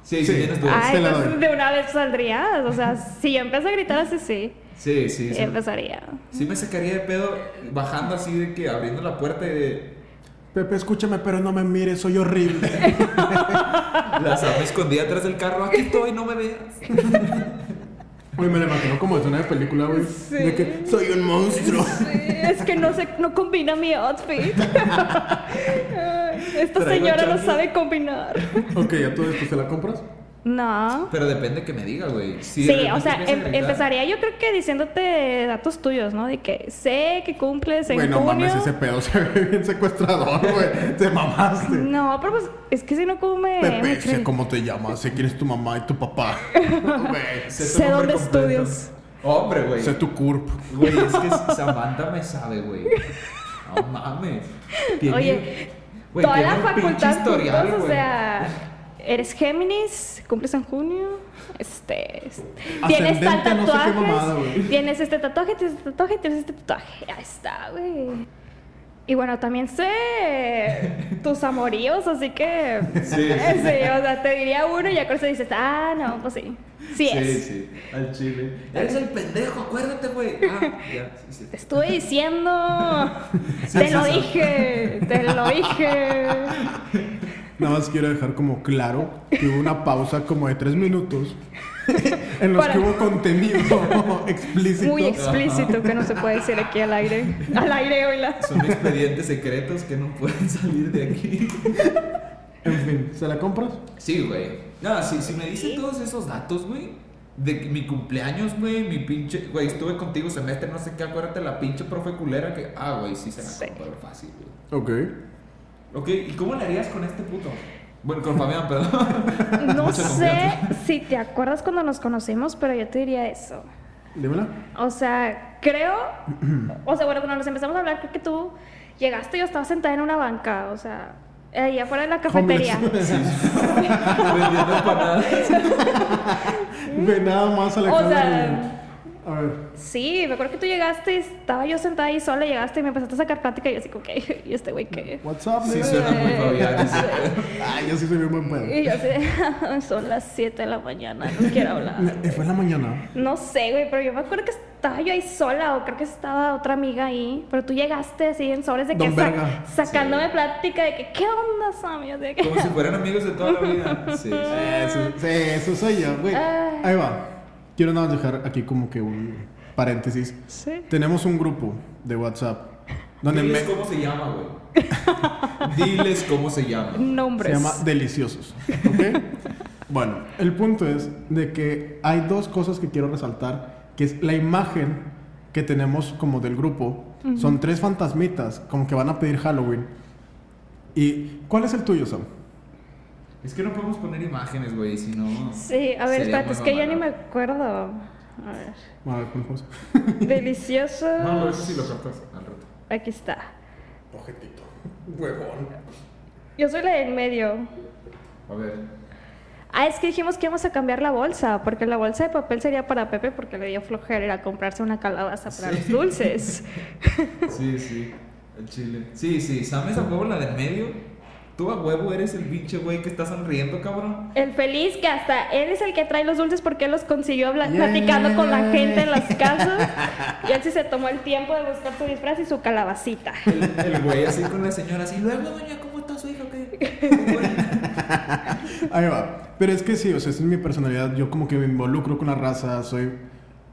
S2: Sí, sí,
S1: Sí.
S2: tienes dudas.
S3: Ah,
S1: te la
S3: entonces
S1: doy.
S3: de una vez saldrías. O sea, si yo empiezo a gritar así, sí.
S2: Sí, sí,
S3: Eh,
S2: sí.
S3: Empezaría.
S2: Sí me sacaría de pedo bajando así de que abriendo la puerta y de
S1: Pepe, escúchame, pero no me mires, soy horrible.
S2: la Sam escondida atrás del carro, aquí estoy, no me veas.
S1: Oye, me lo imagino como escena de película, güey.
S3: Sí.
S1: De que soy un monstruo.
S3: Sí, es que no sé, no combina mi outfit. Ay, Esta
S2: Traigo
S3: señora no
S2: changui.
S3: sabe combinar.
S1: Ok, ya tú después te la compras.
S3: No.
S2: Pero depende que me diga, güey. Si de
S3: Sí,
S2: repente
S3: o sea,
S2: empieza a
S3: em-
S2: gritar,
S3: empezaría yo creo que diciéndote datos tuyos, ¿no? De que sé que cumples en
S1: Bueno,
S3: junio.
S1: mames, ese pedo se ve bien secuestrador, güey. Te mamaste.
S3: No, pero pues es que si no come. me
S1: Pepe, sé
S3: creen-
S1: cómo te llamas, sé quién es tu mamá y tu papá. Güey,
S2: sé tu
S3: sé
S2: nombre
S3: dónde
S2: completo.
S3: estudias.
S2: Hombre, güey.
S1: sé tu curp.
S2: Güey, es que Samantha me sabe, güey. No mames. Tiene-
S3: Oye,
S2: güey,
S3: Toda
S2: tiene
S3: la
S2: un pinche
S3: facultad
S2: historial,
S3: juntos, o
S2: güey.
S3: sea, eres Géminis, cumples en junio, este, es-
S1: Ascendente,
S3: tienes tal
S1: no sé qué
S3: tatuaje,
S1: mamada, güey.
S3: tienes este tatuaje, tienes este tatuaje, tienes este tatuaje, ahí está, güey. Y bueno, también sé tus amoríos, así que
S2: Sí.
S3: sí, o sea, te diría uno y ya con eso dices, ah, no, pues sí, sí,
S2: Sí,
S3: es.
S2: sí, al chile. Eres el pendejo, acuérdate, güey. Ah, ya, sí, sí.
S3: Te estuve diciendo,
S2: Sí,
S3: te
S2: sí,
S3: lo
S2: sí.
S3: dije, te lo dije.
S1: Nada más quiero dejar como claro que hubo una pausa como de tres minutos en los
S3: Para-
S1: que hubo contenido explícito.
S3: Muy explícito que no se puede decir aquí al aire. Al aire, oíla.
S2: Son expedientes secretos que no pueden salir de aquí.
S1: En fin, ¿se la compras?
S2: Sí, güey. No, si, si me dicen todos esos datos, güey. De que mi cumpleaños, güey, mi pinche. Güey, estuve contigo semestre, no sé qué, acuérdate la pinche profe culera que. Ah, güey, sí se la
S3: Sí.
S2: compro fácil, güey.
S1: Ok.
S2: Ok, ¿y cómo le harías con este puto? Bueno, con Fabián, perdón.
S3: No
S2: Mucha
S3: sé si te acuerdas cuando nos conocimos, pero yo te diría eso.
S1: Dímela.
S3: O sea, creo. O sea, bueno, cuando nos empezamos a hablar, creo que tú llegaste y yo estaba sentada en una banca, o sea, ahí afuera de la cafetería.
S1: Homeless.
S2: Vendiendo empanadas.
S1: Ve nada más
S3: O
S1: Alejandra.
S3: sea,
S1: A ver.
S3: Sí, me acuerdo que tú llegaste y estaba yo sentada ahí sola, llegaste y me empezaste a sacar plática y yo así como que, ¿y este güey qué?
S1: What's up,
S2: Sí,
S1: nene?
S2: suena muy Fabián. dice.
S1: Ah, yo sí soy bien buen pedo.
S3: Y yo así, de, son las 7 de la mañana, no quiero hablar.
S1: Eh, Fue en la mañana.
S3: No sé, güey, pero yo me acuerdo que estaba yo ahí sola o creo que estaba otra amiga ahí, pero tú llegaste así en sobres de que
S1: Don
S3: sa-
S1: verga.
S3: sacándome plática de que, ¿qué onda, Sammy? Así de que-
S2: Como si fueran amigos de toda la vida. Sí.
S1: Eso, sí, eso soy yo, güey.
S3: Ah.
S1: Ahí va. Quiero nada más dejar aquí como que un paréntesis.
S3: Sí.
S1: Tenemos un grupo de WhatsApp donde me-
S2: Diles cómo se llama, güey. Diles cómo se llama.
S1: se
S3: Nombres.
S1: llama Deliciosos. ¿Ok? bueno, el punto es de que hay dos cosas que quiero resaltar, que es la imagen que tenemos como del grupo. Son tres fantasmitas, como que van a pedir Halloween. ¿Y cuál es el tuyo, Sam?
S2: Es que no podemos poner imágenes, güey, si no.
S3: Sí, a ver,
S2: Sería
S3: espérate,
S2: muy
S3: es que ya ni me
S2: mamalón.
S3: acuerdo. A ver.
S1: A ver, ¿cuál fue?
S3: Delicioso.
S2: No, no sé si lo cortas al rato.
S3: Aquí está.
S1: Ojetito. Huevón.
S3: Yo soy la del medio.
S2: A ver.
S3: Ah, es que dijimos que íbamos a cambiar la bolsa, porque la bolsa de papel sería para Pepe porque le dio flojera ir a comprarse una calabaza para
S2: Sí.
S3: los dulces.
S2: Sí, sí. El chile. Sí, sí. ¿Sabes a huevo la del medio? Tú a huevo eres el pinche güey que está sonriendo, cabrón.
S3: El feliz que hasta él es el que trae los dulces porque él los consiguió habla-
S1: Yeah.
S3: platicando con la gente en las casas. Y él sí se tomó el tiempo de buscar su disfraz y su calabacita.
S2: El, el güey así con la señora así. Luego, doña, ¿cómo está su hija? ¿Qué?
S1: Ahí va. Pero es que sí, o sea, esa es mi personalidad. Yo como que me involucro con la raza, soy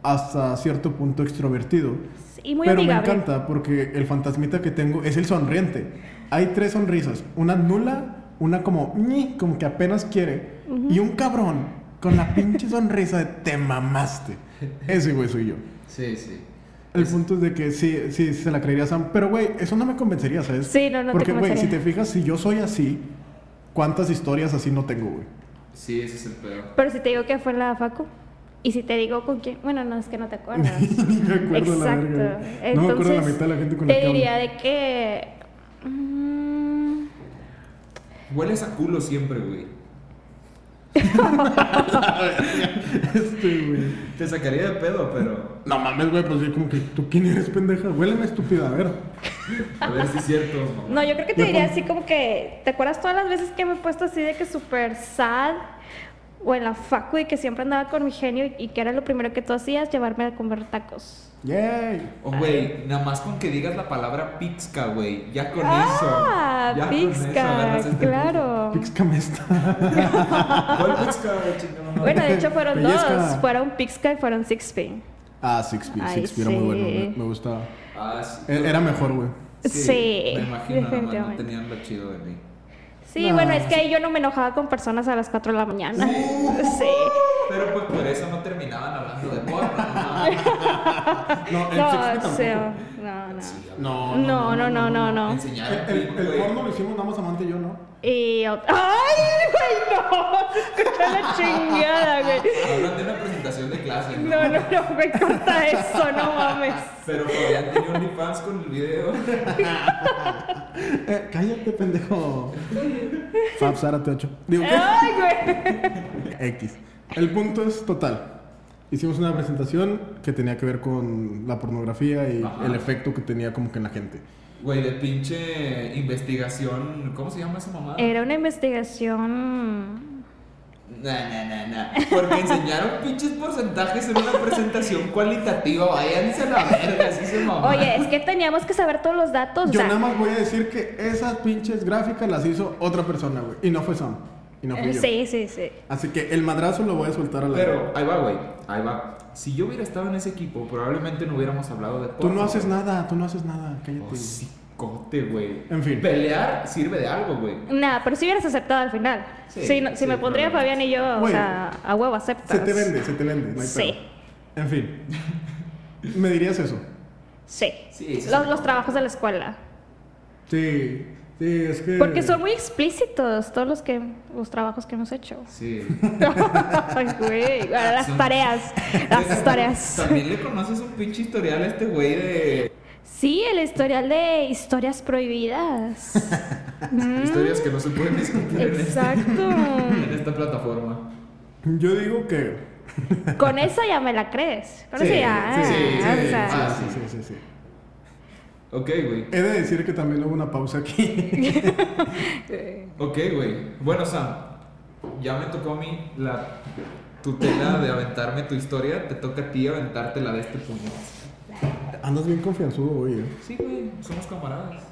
S1: hasta cierto punto extrovertido.
S3: Y muy
S1: pero
S3: amigable.
S1: me encanta porque el fantasmita que tengo es el sonriente. Hay tres sonrisas, una nula, una como ñi, como que apenas quiere, y un cabrón con la pinche sonrisa de te mamaste. Ese güey soy yo.
S2: Sí, sí.
S1: El punto es de que sí, sí, se la creería Sam. Pero, güey, eso no me convencería, ¿sabes?
S3: Sí, no, no te
S1: Porque, güey, si
S3: convencería.
S1: te fijas, si yo soy así, ¿cuántas historias así no tengo, güey?
S2: Sí, ese es el pedo.
S3: Pero si te digo que fue la Facu, y si te digo con quién, bueno, no, es que no te acuerdas.
S1: Ni me acuerdo la
S3: Exacto.
S1: verga.
S3: Entonces,
S1: No me acuerdo la mitad de la gente con la
S3: te
S1: que hablo.
S3: diría de que. mm,
S2: Hueles a culo siempre, güey.
S1: Este, güey.
S2: Te sacaría de pedo, pero.
S1: No mames, güey, pues yo como que tú quién eres, pendeja. Huéleme estúpida, a ver.
S2: A ver si es cierto. mamá.
S3: No, yo creo que te
S1: Yo
S3: diría
S1: con-
S3: así como que, ¿te acuerdas todas las veces que me he puesto así de que súper sad? O en la facu y que siempre andaba con mi genio y, y que era lo primero que tú hacías, llevarme a comer tacos.
S1: Yay.
S2: O, güey, nada más con que digas la palabra pixca, güey. Ya con
S3: ah,
S2: eso. Ya con eso
S3: pizca,
S2: agarras este
S3: claro.
S1: Pixcam está.
S2: punto. ¿Cuál pixca, güey, chingada?
S3: Bueno, de hecho fueron dos,
S1: Pellizca.
S3: fueron pixca y fueron sixpin.
S1: Ah, Sixpee.
S3: Ay,
S1: Sixpee era muy bueno,
S3: sí.
S1: me, me gustaba.
S2: Ah, sí.
S1: E- Era mejor, güey.
S3: Sí,
S2: Me imagino, nada más no
S3: definitivamente.
S2: tenían lo chido de mí.
S3: Sí,
S1: No.
S3: bueno, es que ahí yo no me enojaba con personas a las 4 de la mañana. Sí.
S2: Pero pues por eso no terminaban hablando de porno. ¿no?
S1: No,
S3: No, o sea, no, no.
S1: No,
S3: No, no, no, no, no.
S2: Enseñar a
S1: El,
S2: ti,
S1: el
S2: güey.
S1: porno lo hicimos nada más Amante y yo, ¿no?
S3: Y otra. ¡Ay, güey, no! Se escuchó la chingada, güey.
S2: Hablan de una presentación de clase. ¿no?
S3: No, no, no, güey, corta eso, no mames.
S2: Pero Fabián tenía OnlyFans con el video.
S1: Eh, cállate, pendejo. Fab Zárate 8. Digo, ¿qué?
S3: Ay, güey.
S1: X. El punto es total. Hicimos una presentación que tenía que ver con la pornografía y
S2: Ajá.
S1: el efecto que tenía como que en la gente.
S2: Güey, de pinche investigación. ¿Cómo se llama esa mamada?
S3: Era una investigación.
S2: Nah, nah, nah, nah. Porque enseñaron pinches porcentajes en una presentación cualitativa. Váyanse a la verga, así se mamá.
S3: Oye, es que teníamos que saber todos los datos. o
S1: Yo
S3: sea,
S1: nada más voy a decir que esas pinches gráficas las hizo otra persona, güey. Y no fue Sam. Y no fui
S3: eh,
S1: yo.
S3: sí, sí, sí.
S1: Así que el madrazo lo voy a soltar a la...
S2: Pero ahí va, güey. Ahí va. Si yo hubiera estado en ese equipo, probablemente no hubiéramos hablado de
S1: Tú
S2: porno,
S1: no haces
S2: güey.
S1: nada, tú no haces nada. Cállate.
S2: Oh, Hocicote, güey.
S1: En fin.
S2: Pelear sirve de algo, güey.
S3: Nada, pero si hubieras aceptado al final.
S2: Sí,
S3: si, no- si
S2: sí,
S3: me pondría
S2: probablemente.
S3: Fabián y yo, o
S1: Bueno,
S3: sea, a huevo aceptas.
S1: Se te vende, se te vende. No hay
S3: Sí.
S1: pedo. En fin. ¿Me dirías eso?
S3: Sí.
S2: Sí, sí,
S3: los,
S2: sí.
S3: los trabajos de la escuela.
S1: Sí. Sí, es que...
S3: Porque son muy explícitos todos los que los trabajos que hemos hecho.
S2: Sí.
S3: Ay, güey, ahora las
S2: Son-
S3: tareas, las tareas.
S2: También le conoces un pinche historial a este güey de
S3: Sí, el historial de historias prohibidas. Mm,
S2: historias que no se pueden discutir en, este-
S3: Exacto.
S2: en esta plataforma.
S1: Yo digo que
S3: Con esa ya me la crees. Con
S1: Sí,
S3: esa ya.
S1: sí,
S2: sí,
S3: ah,
S2: sí,
S3: o sea,
S2: ah,
S1: sí, sí, sí, sí.
S2: Ok, güey.
S1: He de decir que también hubo una pausa aquí.
S3: eh,
S2: Ok, güey. Bueno, Sam, ya me tocó a mí la tutela de aventarme tu historia. Te toca a ti aventarte la de este puño.
S1: Andas bien confianzudo, eh. oye.
S2: Sí, güey. Somos camaradas.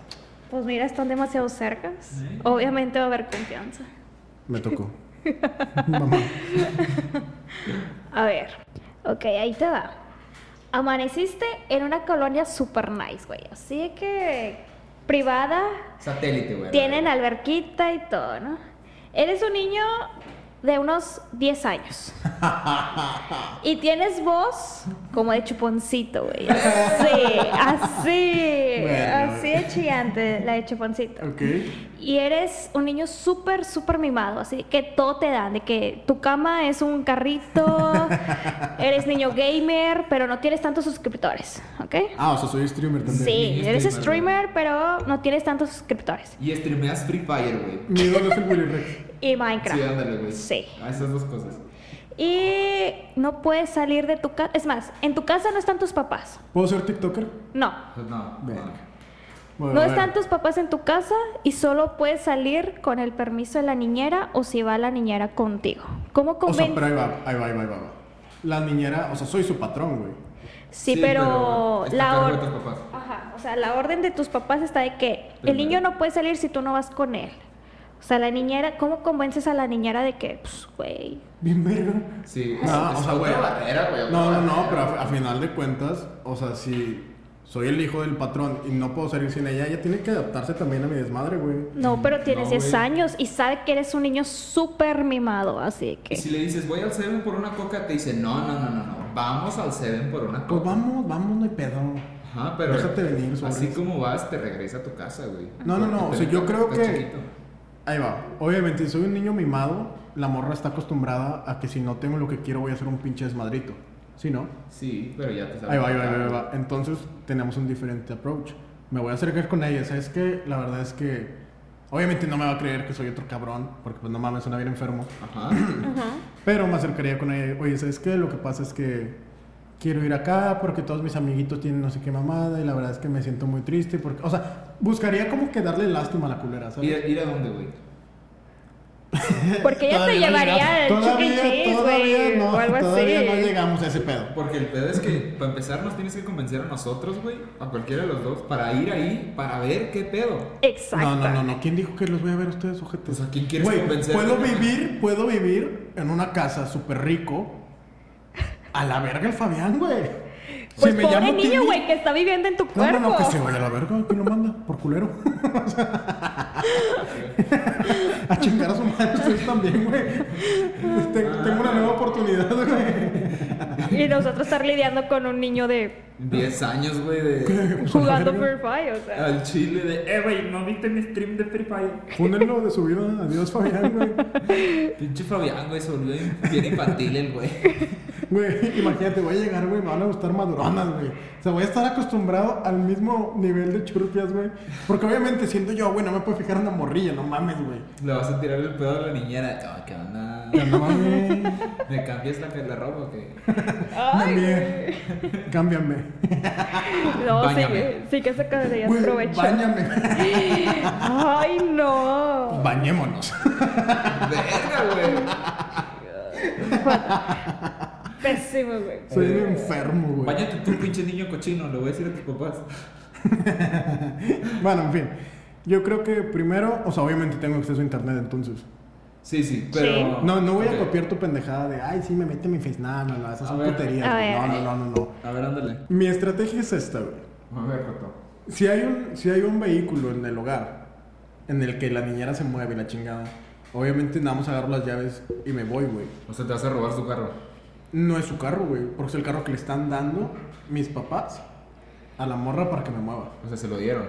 S3: Pues mira, están demasiado cercas.
S2: Sí.
S3: Obviamente va a haber confianza.
S1: Me tocó. Mamá.
S3: A ver. Ok, ahí te va. Amaneciste en una colonia super nice, güey. Así de que privada,
S2: Satélite, güey.
S3: tienen alberquita y todo, ¿no? Eres un niño de unos 10 años. Y tienes voz como de chuponcito, güey. Así, así,
S1: Bueno.
S3: así de chillante, la de chuponcito.
S1: Ok.
S3: Y eres un niño súper, súper mimado, así que todo te dan, de que tu cama es un carrito, eres niño gamer, pero no tienes tantos suscriptores, ¿ok?
S1: Ah, o sea, soy streamer también.
S3: Sí,
S2: niño
S3: eres
S2: streamer,
S3: streamer, pero no tienes tantos suscriptores.
S2: Y streameas Free Fire, güey.
S1: Mi ídolo es el Willy Rex.
S3: Y
S2: Sí,
S3: Minecraft.
S2: ándale, güey.
S3: Sí.
S2: A esas dos cosas.
S3: Y no puedes salir de tu casa. Es más, en tu casa no están tus papás.
S1: ¿Puedo ser TikToker?
S3: No.
S2: Pues no.
S1: Verga.
S2: no.
S1: Bueno,
S3: No
S1: bueno.
S3: están tus papás en tu casa y solo puedes salir con el permiso de la niñera o si va la niñera contigo. ¿Cómo
S1: O sea,
S3: conven...
S1: pero ahí va, ahí va, ahí va, ahí va. La niñera, o sea, soy su patrón, güey.
S3: Sí,
S2: Sí, pero
S3: pero,
S2: está a
S3: la
S2: cargo de tus
S3: orden.
S2: papás.
S3: Ajá, o sea, la orden de tus papás está de que el
S2: Primero.
S3: niño no puede salir si tú no vas con él. O sea, la niñera, ¿cómo convences a la niñera de que, pues, güey?
S1: Bien verga.
S2: Sí.
S1: No, o sea, güey.
S2: otra barrera, güey. otra
S1: No, no, no,
S2: barrera.
S1: pero a, a final de cuentas, o sea, si soy el hijo del patrón y no puedo salir sin ella, ella tiene que adaptarse también a mi desmadre, güey.
S3: No, pero tienes
S2: Mm, no,
S3: 10
S2: güey.
S3: años y sabe que eres un niño súper mimado, así que.
S2: Y si le dices, voy al Seven por una coca, te dice, no, no, no, no, no. Vamos al Seven por una
S1: Pues
S2: coca.
S1: vamos, vamos, no hay pedo.
S2: Ajá, pero
S1: Déjate venir, sobres.
S2: así como vas, te regresa a tu casa, güey.
S1: No, no, no, o sea, yo creo
S2: Estás
S1: que-
S2: chiquito.
S1: Ahí va. Obviamente, si soy un niño mimado, la morra está acostumbrada a que si no tengo lo que quiero voy a hacer un pinche desmadrito. ¿Sí, no?
S2: Sí, pero ya te sabes.
S1: Ahí va, ahí va, ahí va, ahí va. Entonces, tenemos un diferente approach. Me voy a acercar con ella, ¿sabes qué? La verdad es que... Obviamente no me va a creer que soy otro cabrón, porque pues no mames, suena bien enfermo.
S2: Ajá.
S3: Ajá.
S1: Pero me acercaría con ella. Oye, ¿sabes qué? Lo que pasa es que quiero ir acá porque todos mis amiguitos tienen no sé qué mamada y la verdad es que me siento muy triste. Porque, o sea, buscaría como que darle lástima a la culera, ¿sabes?
S2: ¿Ir, ir a dónde, güey?
S3: Porque ella
S1: Todavía
S3: te
S1: no
S3: llevaría
S1: llegamos.
S3: al Chuck E.
S1: Todavía-
S3: Cheese,
S1: todavía
S3: güey,
S1: no,
S3: o algo
S1: Todavía
S3: así.
S1: no llegamos a ese pedo.
S2: Porque el pedo es que, para empezar, nos tienes que convencer a nosotros, güey, a cualquiera de los dos, para ir ahí, para ver qué pedo.
S3: Exacto.
S1: No, no, no, no. ¿Quién dijo que los voy a ver a ustedes, ojetes?
S2: Pues, ¿a quién quieres
S1: Güey,
S2: convencer?
S1: Puedo vivir, puedo vivir en una casa súper rico. A la verga el Fabián, güey.
S3: Pues
S1: Si me
S3: pobre
S1: llamo
S3: niño,
S1: Timmy-
S3: güey, que está viviendo en tu
S1: No,
S3: cuerpo.
S1: no, no, que se vaya a la verga, ¿quién lo manda? Por culero. O sea, a chingar a su madre ustedes también, güey. Te- Tengo una nueva oportunidad, güey.
S3: Y nosotros estar lidiando con un niño de
S2: 10 años, güey, de...
S1: ¿Qué?
S3: jugando Free Fire, o sea.
S2: Al chile de... Eh, güey, no viste mi stream de Free Fire.
S1: Fúnenlo de su vida. Adiós, Fabián, güey.
S2: Pinche Fabián, güey, se volvió bien infantil el güey.
S1: Güey, imagínate, voy a llegar, güey, me van a gustar maduronas, güey. O sea, voy a estar acostumbrado al mismo nivel de churpias, güey. Porque obviamente siendo yo, güey, no me puedo fijar en una morrilla, no mames, güey.
S2: Le vas a tirar el pedo a la niñera. Ah, ¿Qué onda?
S1: Ya no mames.
S2: ¿Me cambias la, la ropa o qué?
S1: Ah,
S3: Ay,
S1: También. Cámbiame.
S3: güey. no, sí,
S2: Báñame.
S3: sí que se deberías
S1: Güey,
S3: aprovechar.
S1: báñame.
S3: Ay, no.
S1: Bañémonos.
S2: Verga, güey.
S3: Pésimo, güey.
S1: Soy un enfermo, güey.
S2: Báñate tú, pinche niño cochino. Le voy a decir a tus papás.
S1: Bueno, en fin. Yo creo que primero, o sea, obviamente tengo acceso a internet, entonces.
S2: Sí, sí, pero.
S3: Sí.
S1: No, no voy
S2: Ok.
S1: a copiar tu pendejada de, ay, sí, me mete mi face. Nada, no, no, esas
S2: A
S1: son
S2: ver.
S1: puterías.
S3: A
S1: güey.
S3: ver.
S1: No, no, no, no, no.
S2: A ver, ándale.
S1: Mi estrategia es esta, güey.
S2: A ver, Coto.
S1: Si hay, un, si hay un vehículo en el hogar en el que la niñera se mueve, la chingada, obviamente nada más agarro las llaves y me voy, güey.
S2: O sea, te vas a robar su carro.
S1: No es su carro, güey, porque es el carro que le están dando mis papás a la morra para que me mueva.
S2: O sea, se lo dieron.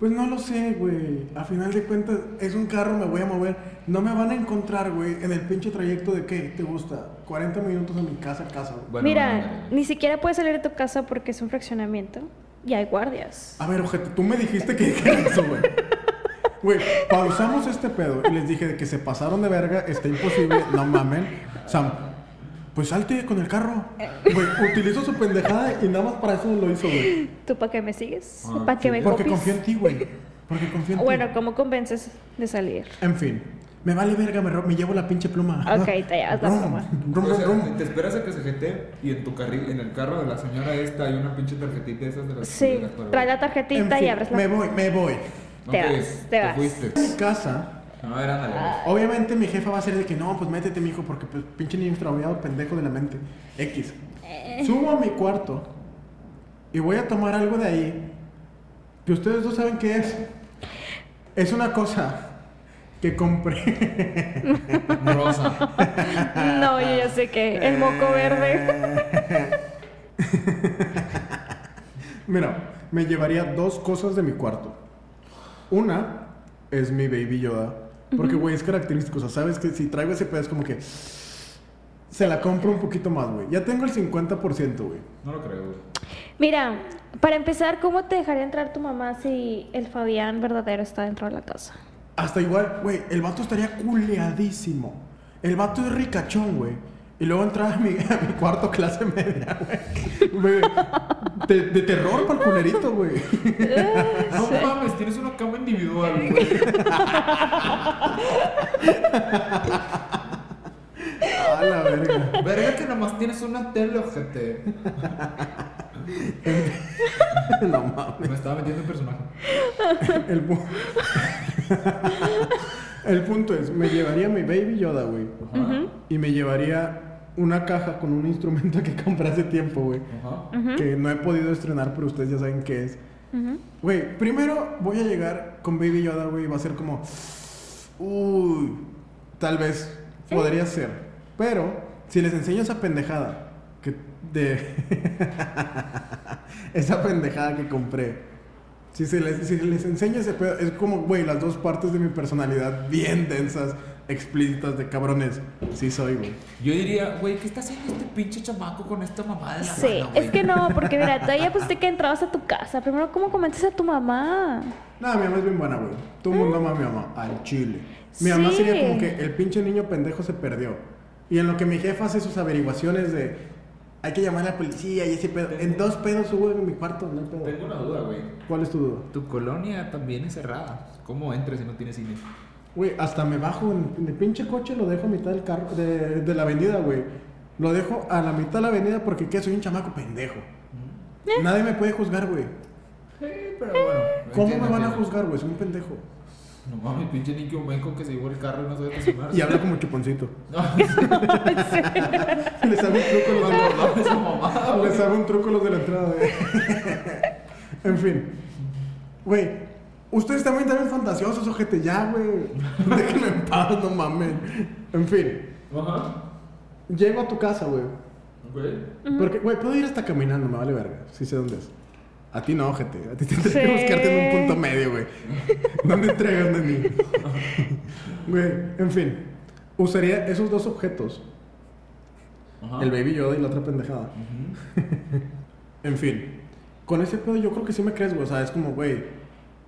S1: Pues no lo sé, güey. A final de cuentas, es un carro, me voy a mover. No me van a encontrar, güey, en el pinche trayecto de qué te gusta. 40 minutos a mi casa, casa, güey.
S2: Bueno,
S3: Mira,
S2: bueno, ándale.
S3: ni siquiera puedes salir de tu casa porque es un fraccionamiento y hay guardias.
S1: A ver, ojete, tú me dijiste que dijera eso, güey. Güey, pausamos este pedo y les dije de que se pasaron de verga, está imposible, no mamen. Sam, pues salte con el carro. Güey, utilizó su pendejada y nada más para eso lo hizo, güey.
S3: ¿Tú para qué me sigues?
S2: Ah,
S3: ¿Para
S2: sí.
S3: qué me
S1: Porque
S3: copies?
S1: confío en ti, güey. Porque confío en
S3: Bueno,
S1: ti.
S3: ¿cómo convences de salir?
S1: En fin. Me vale verga, me, ro- me llevo la pinche pluma.
S3: Ok, te llevas la
S1: Rum,
S3: pluma.
S1: rum,
S2: O sea,
S1: rum,
S2: te-
S1: rum.
S2: te esperas a que se jetee y en tu carril, en el carro de la señora esta hay una pinche tarjetita de esas de las
S3: Sí,
S2: Pues de las para-
S3: trae la
S1: En
S3: tarjetita y
S1: fin,
S3: abres
S1: me
S3: la...
S1: voy, me voy.
S2: No,
S3: Te
S2: pues,
S3: vas, te vas.
S2: fuiste.
S1: En mi casa,
S2: No, a ver, ándale.
S1: Ah. obviamente mi jefa va a ser de que no, pues métete, mijo, porque pues pinche niño extraviado, pendejo de la mente. X. Subo a mi cuarto y voy a tomar algo de ahí que ustedes no saben qué es. Es una cosa que compré.
S2: Rosa.
S3: No, yo ya sé que el moco verde.
S1: Mira, me llevaría dos cosas de mi cuarto. Una es mi baby Yoda. Porque, güey, es característico. O sea, sabes que si traigo ese pedo es como que. Se la compro un poquito más, güey. Ya tengo el 50%, güey.
S2: No lo creo, güey.
S3: Mira, para empezar, ¿cómo te dejaría entrar tu mamá si el Fabián verdadero está dentro de la casa?
S1: Hasta igual, güey, el vato estaría culeadísimo. El vato es ricachón, güey. Y luego entraba a mi, a mi cuarto clase media, güey. Güey, De, de terror para el culerito, güey.
S2: No mames, tienes una cama individual, güey.
S1: A la verga.
S2: Verga que nomás tienes una tele, ojete.
S1: No mames.
S2: Me estaba metiendo en personaje.
S1: El, pu- El punto es, me llevaría mi baby Yoda, güey.
S2: Ajá.
S1: Y me llevaría una caja con un instrumento que compré hace tiempo, güey.
S2: Ajá.
S1: Que no he podido estrenar, pero ustedes ya saben qué es.
S3: Ujú.
S1: Güey, primero voy a llegar con Baby Yoda, güey, y va a ser como. Uy, tal vez podría ser. Pero, si les enseño esa pendejada que. de. esa pendejada que compré. Si, se les, si les enseño ese pedo, es como, güey, las dos partes de mi personalidad bien densas, explícitas, de cabrones. Sí soy, güey.
S2: Yo diría, güey, ¿qué está haciendo este pinche chamaco con esta mamá de la
S3: Sí,
S2: mano, Ah, güey?
S3: es que no, porque mira, todavía pusiste que entrabas a tu casa. Primero, ¿cómo comentas a tu mamá?
S1: No, mi mamá es bien buena, güey. Todo el mundo ama a mi mamá, al chile. Mi mamá
S3: Sí.
S1: sería como que el pinche niño pendejo se perdió. Y en lo que mi jefa hace sus averiguaciones de hay que llamar a la policía y ese pedo. En dos pedos hubo en mi cuarto, no hay pedo.
S2: Tengo una duda, güey.
S1: ¿Cuál es tu duda?
S2: Tu colonia también es cerrada. ¿Cómo entras si no tienes cine?
S1: Güey, hasta me bajo en, en el pinche coche, lo dejo a mitad del carro, de, de la avenida, güey. Lo dejo a la mitad de la avenida porque ¿qué? soy un chamaco pendejo. Nadie me puede juzgar, güey.
S2: Sí, pero bueno.
S1: Eh, ¿Cómo
S2: entiendo,
S1: me van a
S2: entiendo.
S1: juzgar, güey? Soy un pendejo.
S2: No mames, pinche Nicky Omeco que se llevó el carro y no sabe estacionarse.
S1: Y hablo como chuponcito.
S2: No,
S1: Les hago un truco a los demás.
S2: no, no, esa mamada, güey.
S1: Les hago un truco los de la entrada, güey. en fin. Güey, ustedes también están bien fantasiosos, ojete, ya, güey. Déjenme en paz, no mamen. En fin,
S2: Ajá.
S1: llego a tu casa, güey.
S2: Güey.
S1: Porque, güey, puedo ir hasta caminando, me vale verga. Sí sé dónde es. A ti no, ojete. A ti tendré que
S3: Sí.
S1: buscarte en un punto medio, güey. No me entregas de mí. Güey, en fin. Usaría esos dos objetos.
S2: Ajá.
S1: El Baby Yoda y la otra pendejada.
S2: Ujú.
S1: En fin, con ese pedo yo creo que sí me crees, güey. O sea, es como, güey,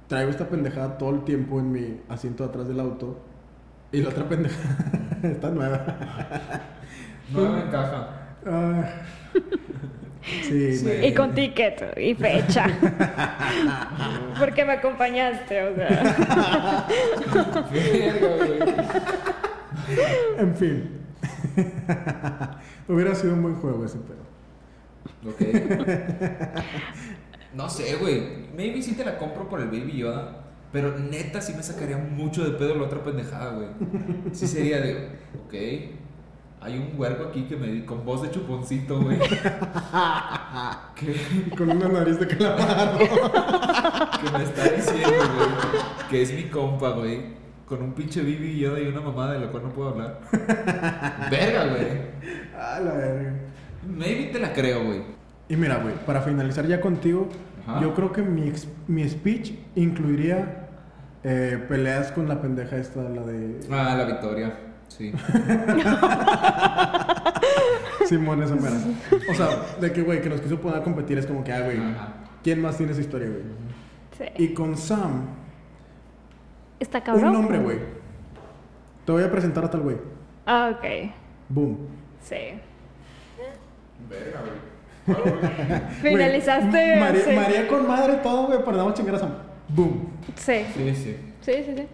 S1: traigo esta pendejada todo el tiempo en mi asiento atrás del auto. Y la otra pendejada está nueva.
S2: No me encaja.
S1: Ah. sí,
S2: Sí.
S1: me-
S3: Y con ticket y fecha. Porque me acompañaste, o sea.
S2: Verga, güey.
S1: en fin. Hubiera sido un buen juego ese pedo.
S2: Ok. No sé, güey. Maybe sí te la compro por el Baby Yoda. Pero neta, sí me sacaría mucho de pedo la otra pendejada, güey. Sí sería de, ok. Hay un huerco aquí que me di con voz de chuponcito, güey. Que,
S1: Con una nariz de calamar.
S2: que me está diciendo, güey. Que es mi compa, güey. Con un pinche Baby Yoda y una mamada de la cual no puedo hablar. Verga, güey.
S1: ah, la verga.
S2: Maybe te la creo, güey.
S1: Y mira, güey, para finalizar ya contigo,
S2: Ajá.
S1: yo creo que mi, ex- mi speech incluiría eh, peleas con la pendeja esta, la de
S2: Ah, la victoria. Sí.
S1: Simón esa mera. O sea, de que, güey, que nos quiso poner a competir es como que, ah, güey,
S2: Ajá.
S1: ¿quién más tiene esa historia, güey?
S3: Sí.
S1: Y con Sam,
S3: Está cabrón.
S1: un nombre, güey. Te voy a presentar a tal güey.
S3: Ah, ok.
S1: Boom.
S3: Sí.
S2: Verga, güey. Ah, güey.
S3: Finalizaste.
S1: Güey, María,
S3: sí.
S1: María con madre todo, güey, para nada más chingar a Sam. Boom.
S3: Sí.
S2: Sí, sí.
S3: Sí, sí, sí.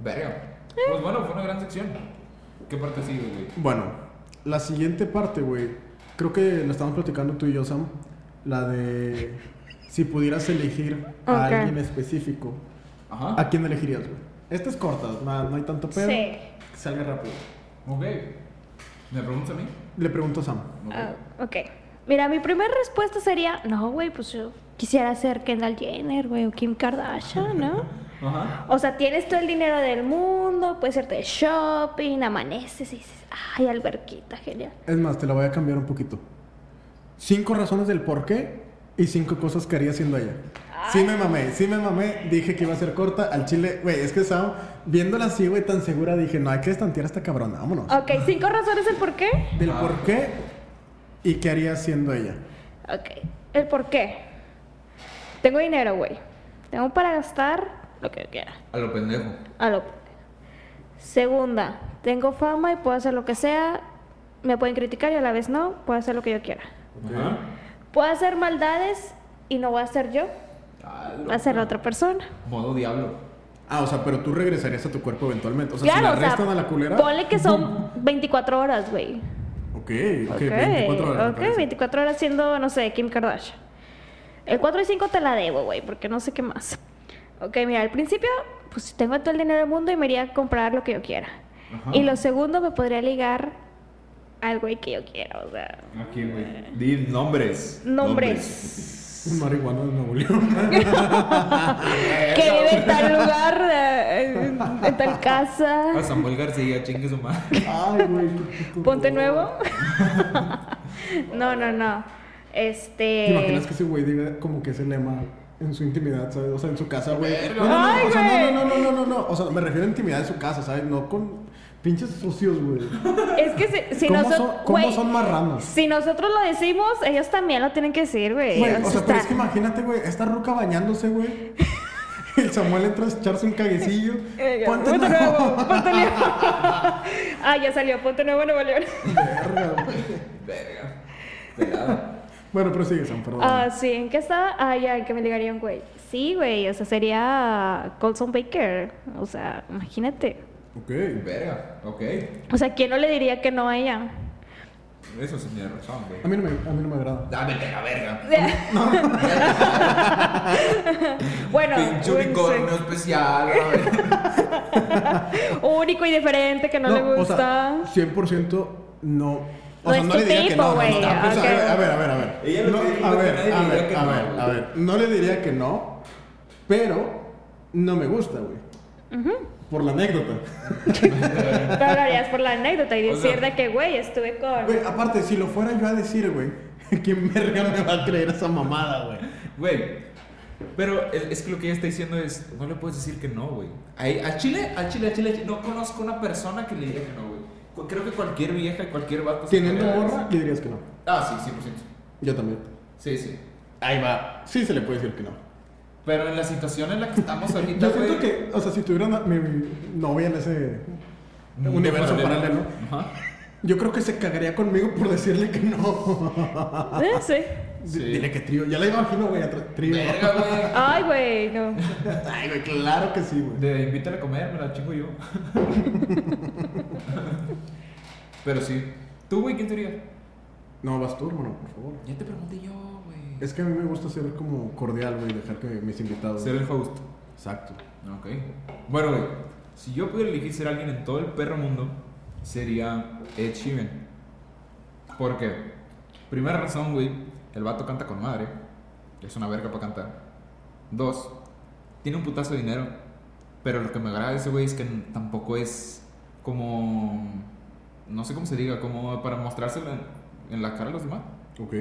S2: Verga. Pues bueno, fue una gran sección. ¿Qué parte sigue, güey?
S1: Bueno, la siguiente parte, güey. Creo que la estamos platicando tú y yo, Sam. La de si pudieras elegir a
S3: Ok.
S1: alguien específico,
S2: Ajá.
S1: ¿a quién elegirías, güey? Esta es corta, no, no hay tanto pedo.
S3: Sí.
S1: Que salga rápido.
S2: Ok. ¿Me preguntas a mí?
S1: Le pregunto a Sam.
S2: Ok.
S3: Ah, ok. Mira, mi primera respuesta sería, no, güey, pues yo quisiera ser Kendall Jenner, güey, o Kim Kardashian, ¿no?
S2: Ajá.
S3: O sea, tienes todo el dinero del mundo, puedes irte de shopping, amaneces y dices, ay, alberquita, genial.
S1: Es más, te la voy a cambiar un poquito. Cinco razones del por qué y cinco cosas que haría siendo ella. Sí me mamé, sí me mamé. Dije que iba a ser corta al chile. Güey, es que Sam, viéndola así, güey, tan segura, dije, no, hay que estantear a esta cabrona, vámonos.
S3: Ok, cinco razones el por qué.
S1: Del
S2: Ah.
S1: por qué y qué haría siendo ella.
S3: Ok, el por qué. Tengo dinero, güey. Tengo para gastar lo que quiera.
S2: A lo pendejo.
S3: A lo- Segunda, tengo fama y puedo hacer lo que sea. Me pueden criticar y a la vez no, puedo hacer lo que yo quiera.
S2: Ajá.
S3: Puedo hacer maldades y no voy a ser yo,
S2: Ah,
S3: va a ser otra persona.
S2: Modo diablo.
S1: Ah, o sea, pero tú regresarías a tu cuerpo eventualmente. O sea, si
S3: claro,
S1: la
S3: o sea,
S1: arrestan a la culera.
S3: ponle que son 24 horas, güey.
S1: Ok,
S3: Ok,
S1: ok, 24 horas. me
S3: ok,
S1: parece.
S3: 24 horas siendo, no sé, Kim Kardashian. El 4 y 5 te la debo, güey, porque no sé qué más. Ok, mira, al principio, pues tengo todo el dinero del mundo y me iría a comprar lo que yo quiera.
S2: Ajá.
S3: Y lo segundo, me podría ligar al güey que yo quiera, o sea,
S2: Aquí, güey. Di nombres.
S3: Eh. nombres.
S1: Un marihuana de Nuevo León.
S3: que vive en tal lugar, eh, en, en tal casa.
S2: A Samuel García, chingue su madre.
S1: Ay, güey. qué puto
S3: Ponte
S1: horror.
S3: nuevo. no, no, no. Este.
S1: ¿Te imaginas que ese güey diga como que ese lema en su intimidad, ¿sabes? O sea, en su casa, güey.
S2: Verga.
S1: No, no, no,
S3: Ay,
S1: o sea,
S3: güey.
S1: no, no, no, no, no, no. O sea, me refiero a intimidad en su casa, ¿sabes? No con pinches sucios, güey.
S3: Es que si, si
S1: ¿Cómo,
S3: nosotros.
S1: son, ¿cómo
S3: güey,
S1: son marranos?
S3: Si nosotros lo decimos, ellos también lo tienen que decir, güey.
S1: Güey, o
S3: Eso
S1: sea, pero
S3: está-
S1: es que imagínate, güey, esta ruca bañándose, güey. El Samuel entra a echarse un caguecillo.
S3: Eh, ya,
S1: Ponte
S3: punto
S1: nuevo.
S3: nuevo, punto nuevo. ah, ya salió, punto nuevo, Nuevo León.
S1: Verga, güey.
S2: Verga. Pelado.
S1: Bueno, pero sigue, Sam, perdón.
S3: Ah, sí, ¿en qué estaba? Ah, ya, ¿en qué me ligaría un güey? Sí, güey, o sea, sería Colson Baker. O sea, imagínate.
S1: Ok.
S2: Verga. Ok.
S3: O sea, ¿quién no le diría que no a ella?
S2: Eso sí tiene razón, güey.
S1: A mí no me, a mí no me agrada.
S2: Dame la verga.
S3: bueno,
S2: Pinche
S3: un-
S2: unicornio especial. a ver.
S3: sí, único y diferente que no, le gusta.
S1: O sea, 100% no. O
S3: No
S1: sea,
S3: es
S1: no
S3: tu
S1: le diría que
S3: tipo,
S1: no. no,
S3: güey,
S1: no, o sea,
S3: ok.
S1: a ver, a ver, a ver.
S2: Ella lo
S1: No,
S2: que dijo
S1: a
S2: que
S1: ver,
S2: nadie
S1: a
S2: le diría
S1: ver,
S2: que
S1: a
S2: no,
S1: ver,
S2: güey.
S1: a ver. No le diría que no, pero no me gusta, güey. Por la anécdota.
S3: Pero lo harías por la anécdota y
S2: O sea-
S3: decir de que, güey, estuve con.
S1: Güey, aparte, si lo fuera yo a decir, güey, ¿quién verga me va a creer esa mamada, güey?
S2: Güey. Pero es es que lo que ella está diciendo es, no le puedes decir que no, güey. Ahí- A Chile, a Chile, a Chile, a Chile, no conozco una persona que le diga que no, güey. Cu- Creo que cualquier vieja y cualquier vato... se
S1: Teniendo
S2: podría
S1: morra,
S2: decir-
S1: le dirías que no.
S2: Ah, sí, 100%.
S1: Yo también.
S2: Sí, sí.
S1: Ahí va. Sí se le puede decir que no.
S2: Pero en la situación en la que estamos ahorita,
S1: Yo
S2: güey...
S1: siento que, o sea, si tuviera una- mi mi novia en ese
S2: Mundo
S1: universo paralelo,
S2: Ajá.
S1: Yo creo que se cagaría conmigo por decirle que no.
S3: Eh, sí.
S1: D-
S2: Sí.
S1: Dile que trío. Ya la imagino, güey, atrás. Trío.
S2: Verga, güey.
S3: Ay, güey, no.
S1: Ay, güey, claro que sí, güey.
S2: De invítale a comer, me la chingo yo. Pero sí. ¿Tú, güey, quién sería?
S1: No, vas tú, hermano, por favor.
S2: Ya te pregunté yo, güey.
S1: Es que a mí me gusta ser como cordial, güey, dejar que mis invitados.
S2: Ser el host.
S1: Exacto.
S2: Ok. Bueno, güey. Si yo pudiera elegir ser alguien en todo el perro mundo, sería Ed Sheeran. ¿Por qué? Primera razón, güey. El vato canta con madre. Es una verga para cantar. Dos. Tiene un putazo de dinero. Pero lo que me agrada de ese güey es que n- tampoco es como... No sé cómo se diga. Como para mostrárselo en, en la cara a los demás.
S1: Ok.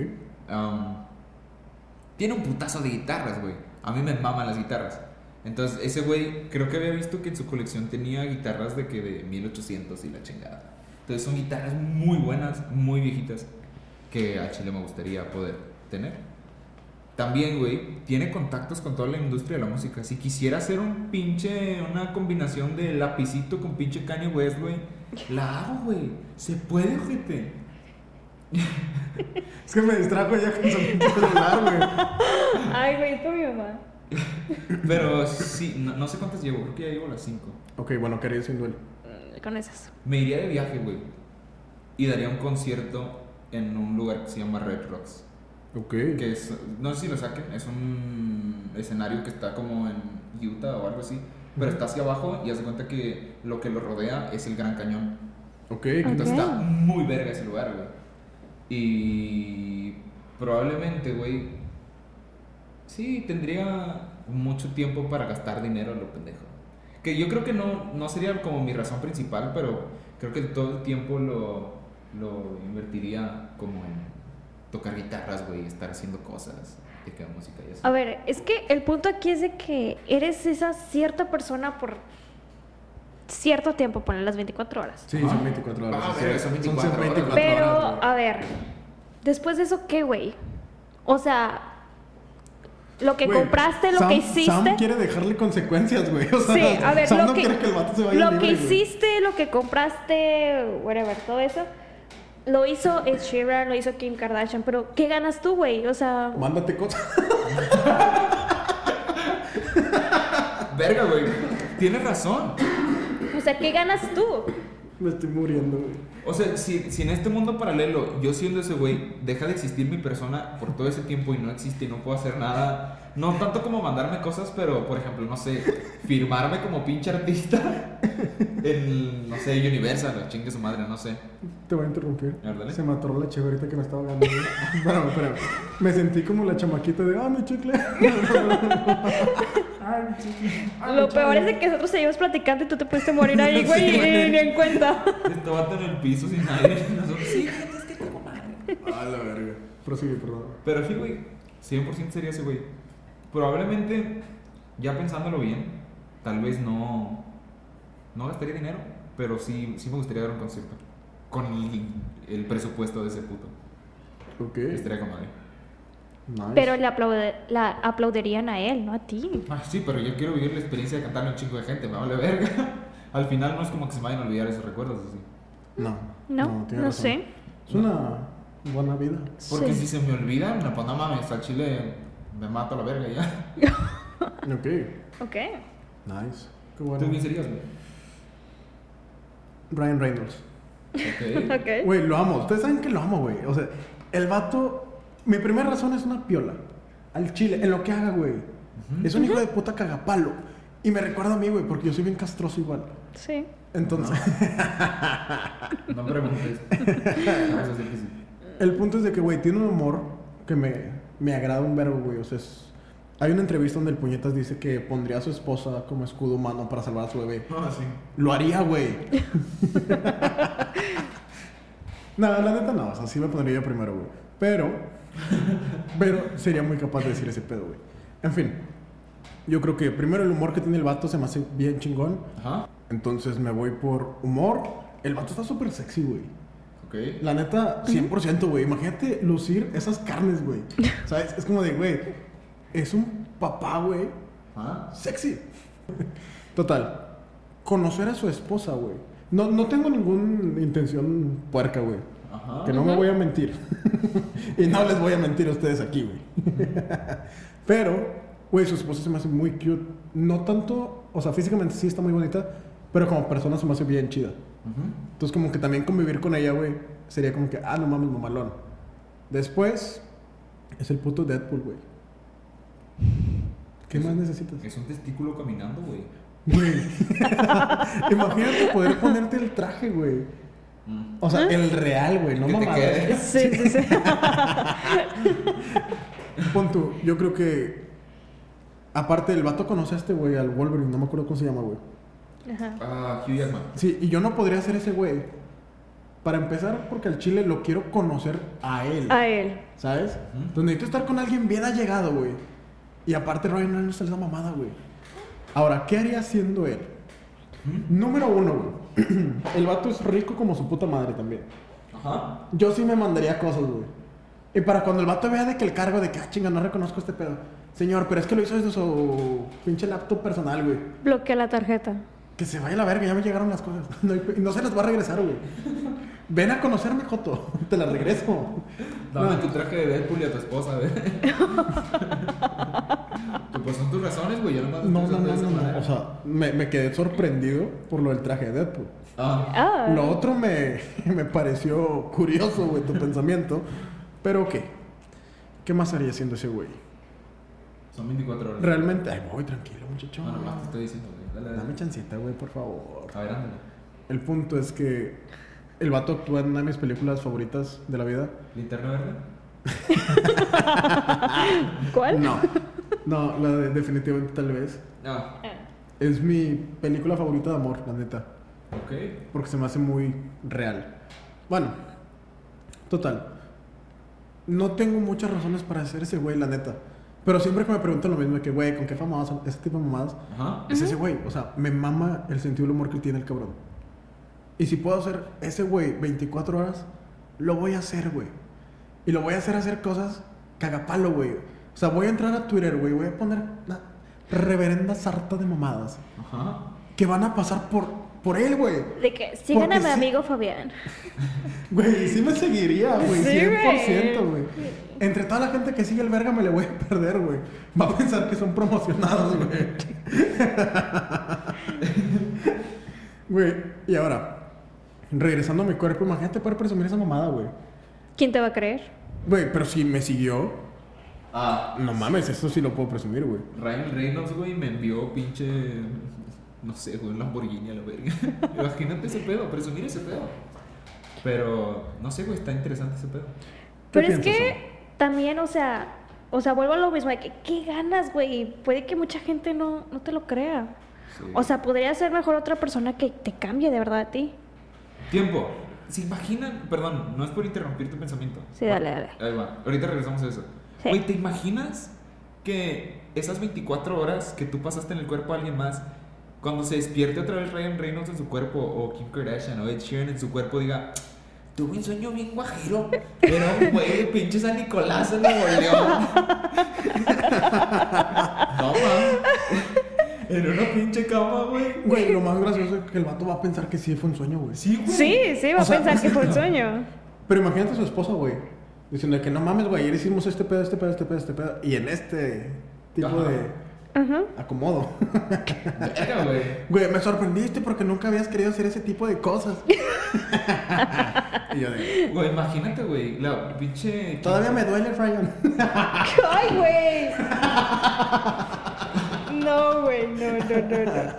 S2: Um, tiene un putazo de guitarras, güey. A mí me maman las guitarras. Entonces, ese güey, creo que había visto que en su colección tenía guitarras de que de 1800 y la chingada. Entonces, son guitarras muy buenas, muy viejitas, que a Chile me gustaría poder tener. También, güey, tiene contactos con toda la industria de la música. Si quisiera hacer un pinche, una combinación de lapicito con pinche Kanye West, güey, la hago, güey. Se puede, gente.
S1: Es que me distrajo ya con su celular, güey.
S3: Ay, güey, es por mi mamá.
S2: Pero sí, no, no sé cuántas llevo, creo que ya llevo las 5.
S1: Ok, bueno, quería ir sin duelo.
S3: Mm, Con esas.
S2: Me iría de viaje, güey. Y daría un concierto en un lugar que se llama Red Rocks.
S1: Ok.
S2: Que es, no sé si lo saquen, es un escenario que está como en Utah o algo así. Pero está hacia abajo y hace cuenta que lo que lo rodea es el Gran Cañón.
S1: Ok,
S2: Entonces
S3: Ok.
S2: está muy verga ese lugar, güey. Y probablemente, güey. Sí, tendría mucho tiempo para gastar dinero a lo pendejo. Que yo creo que no, no sería como mi razón principal, pero creo que todo el tiempo lo, lo invertiría como en tocar guitarras, güey, estar haciendo cosas, de que música y eso.
S3: A ver, es que el punto aquí es de que eres esa cierta persona por cierto tiempo, ponen las 24 horas.
S1: Sí,
S2: Ah.
S1: son 24 horas.
S2: Ah,
S1: sí,
S2: verga,
S1: sí.
S2: son 24
S1: Son
S2: horas.
S1: 24
S3: Pero,
S1: horas, güey.
S3: a ver, después de eso, ¿qué, güey? O sea, lo que
S1: Güey,
S3: compraste, lo
S1: Sam-
S3: que hiciste.
S1: Sam quiere dejarle consecuencias, güey. O sea,
S3: Sí, a ver,
S1: Sam
S3: lo
S1: no
S3: que,
S1: quiere que el vato se vaya
S3: lo que
S1: libre, güey.
S3: hiciste, lo que compraste, whatever, todo eso, lo hizo Ed Sheeran, lo hizo Kim Kardashian, pero ¿qué ganas tú, güey? O sea,
S1: Mándate cosas.
S2: Ah, Verga, güey. Tienes razón.
S3: o sea, ¿qué ganas tú?
S1: Me estoy muriendo, güey.
S2: O sea, si, si en este mundo paralelo yo siendo ese güey, deja de existir mi persona por todo ese tiempo y no existe y no puedo hacer nada, no tanto como mandarme cosas, pero por ejemplo, no sé, firmarme como pinche artista en, no sé, Universal, o chingue su madre, no sé.
S1: Te voy a interrumpir.
S2: A ver, dale.
S1: Se me atoró la chévere ahorita que me estaba ganando. bueno, espera. Me sentí como la chamaquita de, ah, mi chicle. Ay, mi chicle. Ay,
S3: Lo
S1: mi
S3: peor es
S1: chicle.
S3: de que nosotros seguimos platicando y tú te pudiste morir ahí, güey,
S2: Sí,
S3: y-
S2: güey.
S3: y ni en cuenta.
S2: Estaba en el piso sin aire. nosotros, sí, gente, es que tengo madre.
S1: Ah, la verga. Prosigue, perdón.
S2: Pero sí, güey, 100% sería ese güey. Probablemente, ya pensándolo bien, tal vez no, no gastaría dinero, pero sí, sí me gustaría dar un concierto. Con el, el presupuesto de ese puto.
S1: Ok.
S2: Estaría con madre.
S1: Nice.
S3: Pero le aplaude- la aplaudirían a él, no a ti.
S2: Ah, sí, pero yo quiero vivir la experiencia de cantarle a un chingo de gente, me vale verga. Al final no es como que se me vayan a olvidar esos recuerdos, así.
S1: No.
S3: No,
S1: tiene
S3: no
S1: razón.
S3: sé.
S1: Es una buena vida.
S2: Porque
S3: Sí.
S2: si se me olvidan, no, pues no mames, al chile me mato a la verga ya.
S1: Ok.
S3: Ok.
S1: Nice. Qué
S2: ¿Tú
S1: bueno.
S2: bien serías, güey?
S1: Brian Reynolds.
S2: Ok.
S3: Ok.
S1: Güey, lo amo. Ustedes saben que lo amo, güey. O sea, el vato. Mi primera razón es una piola. Al chile, en lo que haga, güey. Es un hijo de puta cagapalo. Y me recuerda a mí, güey, porque yo soy bien castroso igual.
S3: Sí.
S1: Entonces,
S2: No preguntes. Vamos a decir que sí.
S1: el punto es de que, güey, tiene un humor que me, me agrada un verbo, güey. O sea, es- hay una entrevista donde el puñetas dice que pondría a su esposa como escudo humano para salvar a su bebé.
S2: No, sí.
S1: Lo haría, güey. no, la neta no, o sea, sí me pondría yo primero, güey. Pero, pero sería muy capaz de decir ese pedo, güey. En fin, yo creo que primero el humor que tiene el vato se me hace bien chingón.
S2: Ajá.
S1: Entonces me voy por humor. El vato está súper sexy, güey.
S2: Ok.
S1: La neta, 100%, güey. Imagínate lucir esas carnes, güey. ¿Sabes? Es como de, güey, es un papá, güey,
S2: Ah.
S1: Sexy. Total. Conocer a su esposa, güey. No, no tengo ninguna intención puerca, güey.
S2: Ajá.
S1: Que no me voy a mentir. y no les voy a mentir a ustedes aquí, güey. pero, güey, su esposa se me hace muy cute. No tanto, o sea, físicamente sí está muy bonita, pero como persona se me hace bien chida.
S2: Ujú.
S1: Entonces, como que también convivir con ella, güey, sería como que, ah, no mames, mamalón. Después, es el puto Deadpool, güey. ¿Qué más necesitas?
S2: Es un testículo caminando, güey.
S1: Güey. Imagínate poder ponerte el traje, güey.
S2: Mm.
S1: O sea, el real, güey, no
S2: Que te
S1: mamadas.
S2: quede.
S3: Sí, sí, sí.
S1: Pon tú, yo creo que. Aparte, el vato conoce a este güey, al Wolverine, no me acuerdo cómo se llama, güey.
S3: Ajá.
S2: Ah, Hugh Jackman.
S1: Sí, y yo no podría ser ese güey. Para empezar, porque al chile lo quiero conocer a él.
S3: A él.
S1: ¿Sabes?
S2: Ujú.
S1: Entonces necesito estar con alguien bien allegado, güey. Y aparte, Ryan Reynolds es la mamada, güey. Ahora, ¿qué haría siendo él? Número uno, güey. el vato es rico como su puta madre también.
S2: Ajá.
S1: Yo sí me mandaría cosas, güey. Y para cuando el vato vea de que el cargo de que, ah, chinga, no reconozco este pedo. Señor, pero es que lo hizo desde su pinche laptop personal, güey.
S3: Bloquea la tarjeta.
S1: Que se vaya a la verga, ya me llegaron las cosas. No, hay pe- no se las va a regresar, güey. Ven a conocerme, Joto. Te la regreso.
S2: Dame
S1: No.
S2: tu traje de Deadpool y a tu esposa, güey. Tú, pues son tus razones, güey. Yo nomás
S1: No,
S2: estoy
S1: no,
S2: usando
S1: no,
S2: de esa
S1: no, no.
S2: manera.
S1: O sea, me, me quedé sorprendido por lo del traje de Deadpool.
S2: Ah,
S3: Ah,
S1: Lo otro me, me pareció curioso, güey, tu pensamiento. Pero, ¿qué? ¿Qué más haría haciendo ese güey?
S2: son 24 horas.
S1: Realmente... Ay, voy, tranquilo, muchacho.
S2: No, nomás te estoy diciendo, güey. Dale, dale.
S1: Dame chancita, güey, por favor.
S2: A ver, ándale.
S1: El punto es que el vato actúa en una de mis películas favoritas de la vida.
S2: ¿Linterna verde?
S3: ¿Cuál?
S1: No. No, la de definitivamente tal vez.
S2: No.
S3: Ah.
S1: Es mi película favorita de amor, la neta.
S2: Ok.
S1: Porque se me hace muy real. Bueno, total. No tengo muchas razones para ser ese güey, la neta. Pero siempre que me preguntan lo mismo, de que, güey, ¿con qué famosos? Ese tipo de mamadas.
S2: Ajá.
S1: Es ese güey. O sea, me mama el sentido del humor que tiene el cabrón. Y si puedo hacer ese güey 24 horas, lo voy a hacer, güey. Y lo voy a hacer hacer cosas cagapalo, güey. O sea, voy a entrar a Twitter, güey. Voy a poner una reverenda sarta de mamadas
S2: Ajá.
S1: que van a pasar por, por él, güey.
S3: De que sigan a
S1: Porque
S3: mi
S1: sí.
S3: amigo Fabián.
S1: Güey, sí me seguiría, güey.
S3: Sí, güey.
S1: 100%, güey. Entre toda la gente que sigue el verga me le voy a perder, güey. Va a pensar que son promocionados, güey. Güey, y ahora, regresando a mi cuerpo, imagínate poder presumir esa mamada, güey.
S3: ¿Quién te va a creer?
S1: Güey, pero si me siguió,
S2: Ah.
S1: no mames, eso sí lo puedo presumir, güey.
S2: Ryan Reynolds, güey, me envió pinche. No sé, güey, un Lamborghini a la verga. Imagínate ese pedo, presumir ese pedo. Pero, no sé, güey, está interesante ese pedo.
S3: Pero es
S1: piensas,
S3: que
S1: Sam?
S3: también, o sea, o sea, vuelvo a lo mismo, de que qué ganas, güey. Puede que mucha gente no, no te lo crea.
S2: Sí.
S3: O sea, podría ser mejor otra persona que te cambie de verdad a ti.
S2: Tiempo. ¿Se imaginan? Perdón, no es por interrumpir tu pensamiento.
S3: Sí, dale, dale.
S2: Ahí va. Ahorita regresamos a eso.
S3: Sí.
S2: Güey, ¿te imaginas que esas 24 horas que tú pasaste en el cuerpo de alguien más, cuando se despierte otra vez Ryan Reynolds en su cuerpo, o Kim Kardashian, o Ed Sheeran en su cuerpo, diga, tuve un sueño bien guajero, era un güey, pinche San Nicolás en Nuevo León. no, mames. En una pinche cama, güey.
S1: Güey, lo más gracioso es que el vato va a pensar que sí fue un sueño, güey.
S2: Sí, güey.
S3: Sí, sí, va
S1: O sea-
S3: a pensar que fue un sueño.
S1: Pero imagínate a su esposa, güey. Diciendo que no mames, güey, ayer hicimos este pedo, este pedo, este pedo, este pedo. Y en este tipo
S2: Ajá.
S1: de
S3: Ajá.
S1: acomodo.
S2: Verga, güey.
S1: Güey, me sorprendiste porque nunca habías querido hacer ese tipo de cosas. y yo de,
S2: Güey, imagínate, güey, la pinche...
S1: todavía me duele, Ryan.
S3: ¡Ay, güey! No, güey, no, no, no, no.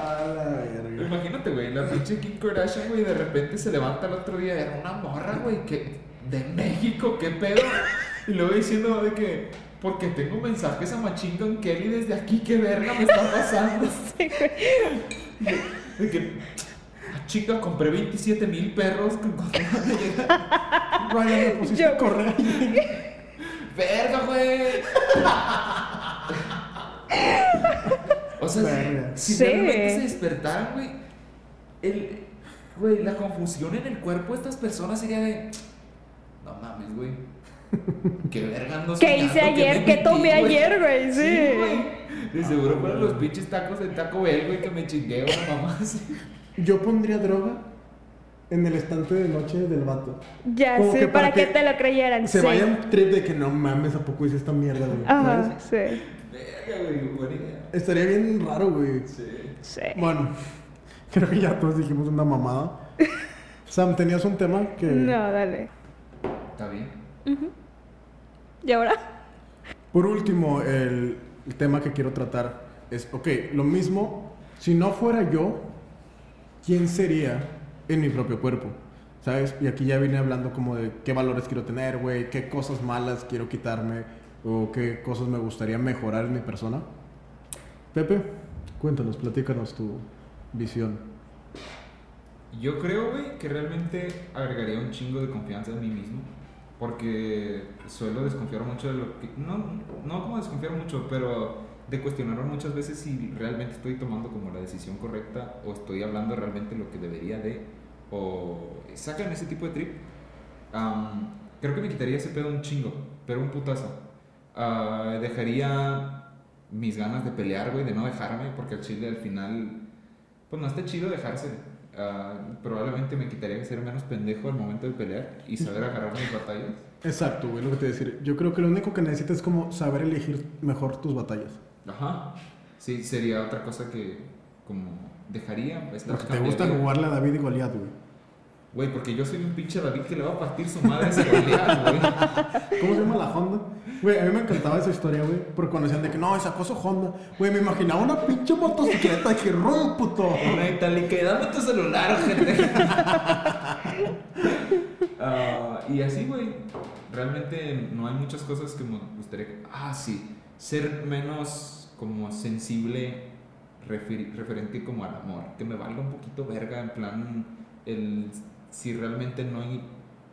S1: A la verga.
S2: Imagínate, güey, la pinche Kim Kardashian, güey, de repente se levanta el otro día, era una morra, güey, que de México, qué pedo. Y luego diciendo de que, porque tengo mensajes a Machine en Kelly desde aquí, qué verga me está pasando.
S3: Sí, güey.
S2: De que, "Ah, chica, compré 27 mil perros. con- con-
S1: Ryan, me pusiste
S3: Yo-
S1: a correr.
S2: Verga, güey. O sea,
S1: Verga.
S2: si
S3: Sí.
S2: realmente se despertaran, güey, el, güey, la confusión en el cuerpo de estas personas sería de, no mames, güey, qué verga no
S3: ¿Qué hice ayer? ¿Qué tomé ayer, güey? Sí.
S2: De seguro fueron los pinches tacos de Taco Bell, güey, que me chingué una mamá así.
S1: Yo pondría droga en el estante de noche del vato.
S3: Ya,
S1: Como
S3: sí,
S1: que
S3: para,
S1: para
S3: que,
S1: que
S3: te lo creyeran.
S1: Se
S3: sí.
S1: vaya un trip de que no mames, ¿a poco hice esta mierda, güey?
S3: Ajá,
S1: ¿Sabes?
S3: sí,
S2: Verga, güey, buena idea.
S1: Estaría bien raro, güey.
S2: Sí.
S3: sí.
S1: Bueno, creo que ya todos dijimos una mamada. Sam, tenías un tema que.
S3: No, dale.
S2: Está bien.
S3: ¿Y ahora?
S1: Por último, el, el tema que quiero tratar es, ok, lo mismo, si no fuera yo, ¿quién sería en mi propio cuerpo? ¿Sabes? Y aquí ya vine hablando como de qué valores quiero tener, güey, qué cosas malas quiero quitarme o qué cosas me gustaría mejorar en mi persona. Pepe, cuéntanos, platícanos tu visión.
S2: Yo creo, güey, que realmente agregaría un chingo de confianza en mí mismo. Porque suelo desconfiar mucho de lo que. No, no como desconfiar mucho, pero de cuestionarme muchas veces si realmente estoy tomando como la decisión correcta o estoy hablando realmente lo que debería de. O sacan ese tipo de trip. Am, creo que me quitaría ese pedo un chingo, pero un putazo. Ah, dejaría mis ganas de pelear, güey, de no dejarme, porque al chile al final, pues no está chido dejarse. ah, probablemente me quitaría que ser menos pendejo al momento de pelear y saber agarrar mis batallas.
S1: Exacto, güey, lo que te iba a decir. Yo creo que lo único que necesitas es como saber elegir mejor tus batallas.
S2: Ajá. Sí, sería otra cosa que como dejaría. es la
S1: Porque te gusta
S2: cambiaría.
S1: jugarle a David y Goliat, güey.
S2: Güey, porque yo soy un pinche David que le va a partir su madre a ese Goliat, güey.
S1: ¿Cómo se llama la Honda? Güey, a mí me encantaba esa historia, güey. Porque cuando decían de que no, esa cosa es Honda. Güey, me imaginaba una pinche motocicleta que rum, puto.
S2: Una itálica y dame tu celular, gente. Ah, y así, güey. Realmente no hay muchas cosas que me gustaría. que- Ah, sí. Ser menos como sensible referi- referente como al amor. Que me valga un poquito verga. En plan, el, si realmente no hay.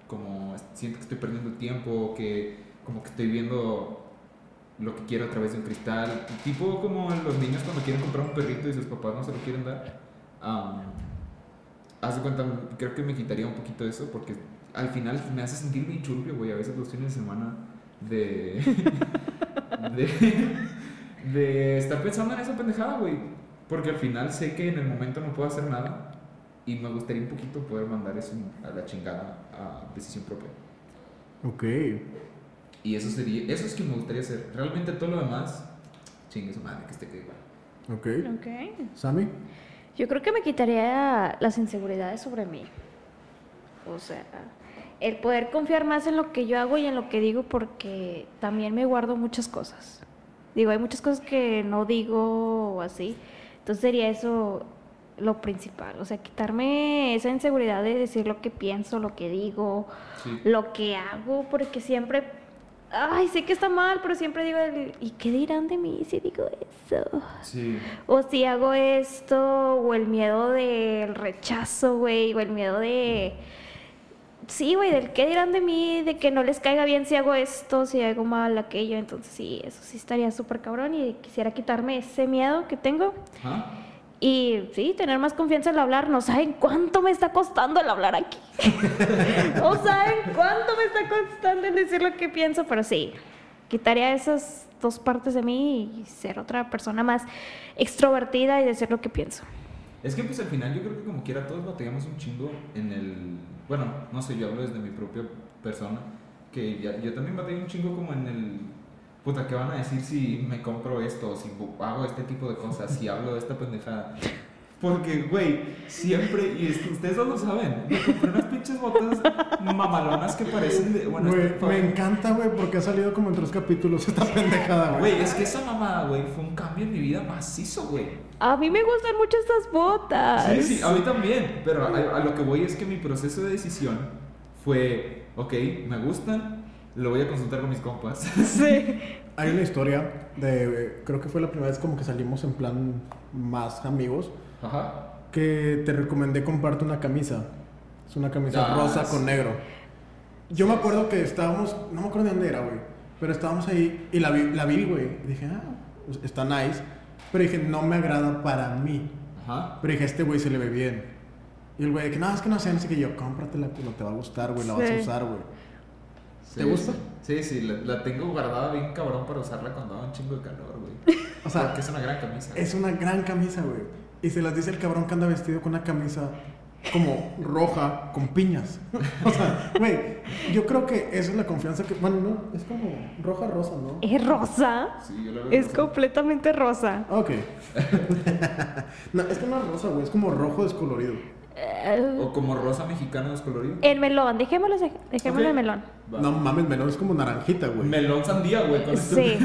S2: Como siento que estoy perdiendo tiempo. o Que como que estoy viendo lo que quiero a través de un cristal. Tipo como los niños cuando quieren comprar un perrito y sus papás no se lo quieren dar. Am, haz de cuenta, creo que me quitaría un poquito eso porque al final me hace sentir bien churbio, güey. A veces los fines de semana de. de. de estar pensando en esa pendejada, güey. Porque al final sé que en el momento no puedo hacer nada y me gustaría un poquito poder mandar eso a la chingada a decisión propia.
S1: Ok.
S2: Y eso sería, eso es que me gustaría hacer. Realmente todo lo demás, chingue su madre, que esté que igual.
S1: Ok.
S3: Ok.
S1: ¿Sammy?
S3: Yo creo que me quitaría las inseguridades sobre mí. O sea, el poder confiar más en lo que yo hago y en lo que digo porque también me guardo muchas cosas. Digo, hay muchas cosas que no digo o así. Entonces sería eso lo principal. O sea, quitarme esa inseguridad de decir lo que pienso, lo que digo,
S2: Sí.
S3: lo que hago, porque siempre, ay, sé que está mal, pero siempre digo, el, ¿y qué dirán de mí si digo eso?
S2: Sí.
S3: O si hago esto, o el miedo del rechazo, güey, o el miedo de... Sí, güey, del qué dirán de mí, de que no les caiga bien si hago esto, si hago mal aquello. Entonces sí, eso sí estaría súper cabrón y quisiera quitarme ese miedo que tengo.
S2: Ajá.
S3: Y sí, tener más confianza al hablar. No saben cuánto me está costando el hablar aquí. no saben cuánto me está costando el decir lo que pienso, pero sí, quitaría esas dos partes de mí y ser otra persona más extrovertida y decir lo que pienso.
S2: Es que pues al final yo creo que como quiera todos batallamos un chingo en el... Bueno, no sé, yo hablo desde mi propia persona, que ya- yo también batallé un chingo como en el... Puta, ¿qué van a decir si me compro esto? Si bu- hago este tipo de cosas, si hablo de esta pendejada. Porque, güey, siempre, y es que ustedes no lo saben, me compré unas pinches botas mamalonas que parecen de... Bueno,
S1: Güey,
S2: este-
S1: me encanta, güey, porque ha salido como en tres capítulos esta pendejada, güey.
S2: Güey, es que esa mamada, güey, fue un cambio en mi vida macizo, güey.
S3: A mí me gustan mucho estas botas.
S2: Sí, sí, a mí también. Pero a, a lo que voy es que mi proceso de decisión fue, ok, me gustan, lo voy a consultar con mis compas.
S3: Sí.
S1: Hay una historia de, eh, creo que fue la primera vez como que salimos en plan más amigos,
S2: Ajá.
S1: que te recomendé comprarte una camisa. Es una camisa
S2: Ah,
S1: rosa
S2: sí.
S1: con negro. Yo me acuerdo que estábamos, no me acuerdo de dónde era, güey, pero estábamos ahí y la vi, la vi, güey. Y Dije, ah, pues, está nice, pero dije, no me agrada para mí.
S2: Ajá.
S1: Pero dije, a este güey se le ve bien. Y el güey, de que no, es que no sé, no sé qué. Y Yo, cómpratela, pues no te va a gustar, güey, la vas a
S3: Sí.
S1: usar, güey. ¿Te
S2: Sí,
S1: gusta?
S2: Sí, sí, la, la tengo guardada bien cabrón para usarla cuando haga un chingo de calor, güey.
S1: O sea,
S2: Porque es una gran camisa.
S1: Es una gran camisa, güey. Y se las dice el cabrón que anda vestido con una camisa como roja con piñas. o sea, güey, yo creo que esa es la confianza que. Bueno, no, es como roja rosa, ¿no?
S3: Es rosa.
S2: Sí, yo la veo
S3: Es
S2: rosa.
S3: completamente rosa.
S1: Ah, Ok. no, es que no es rosa, güey, es como rojo descolorido.
S3: Eh,
S2: O como rosa mexicano descolorido.
S3: el melón, dejémoslo, dejémoslo
S2: Ok.
S3: el melón.
S2: Va.
S1: No mames, melón es como naranjita, güey.
S2: Melón sandía, güey. con esto.
S3: Sí.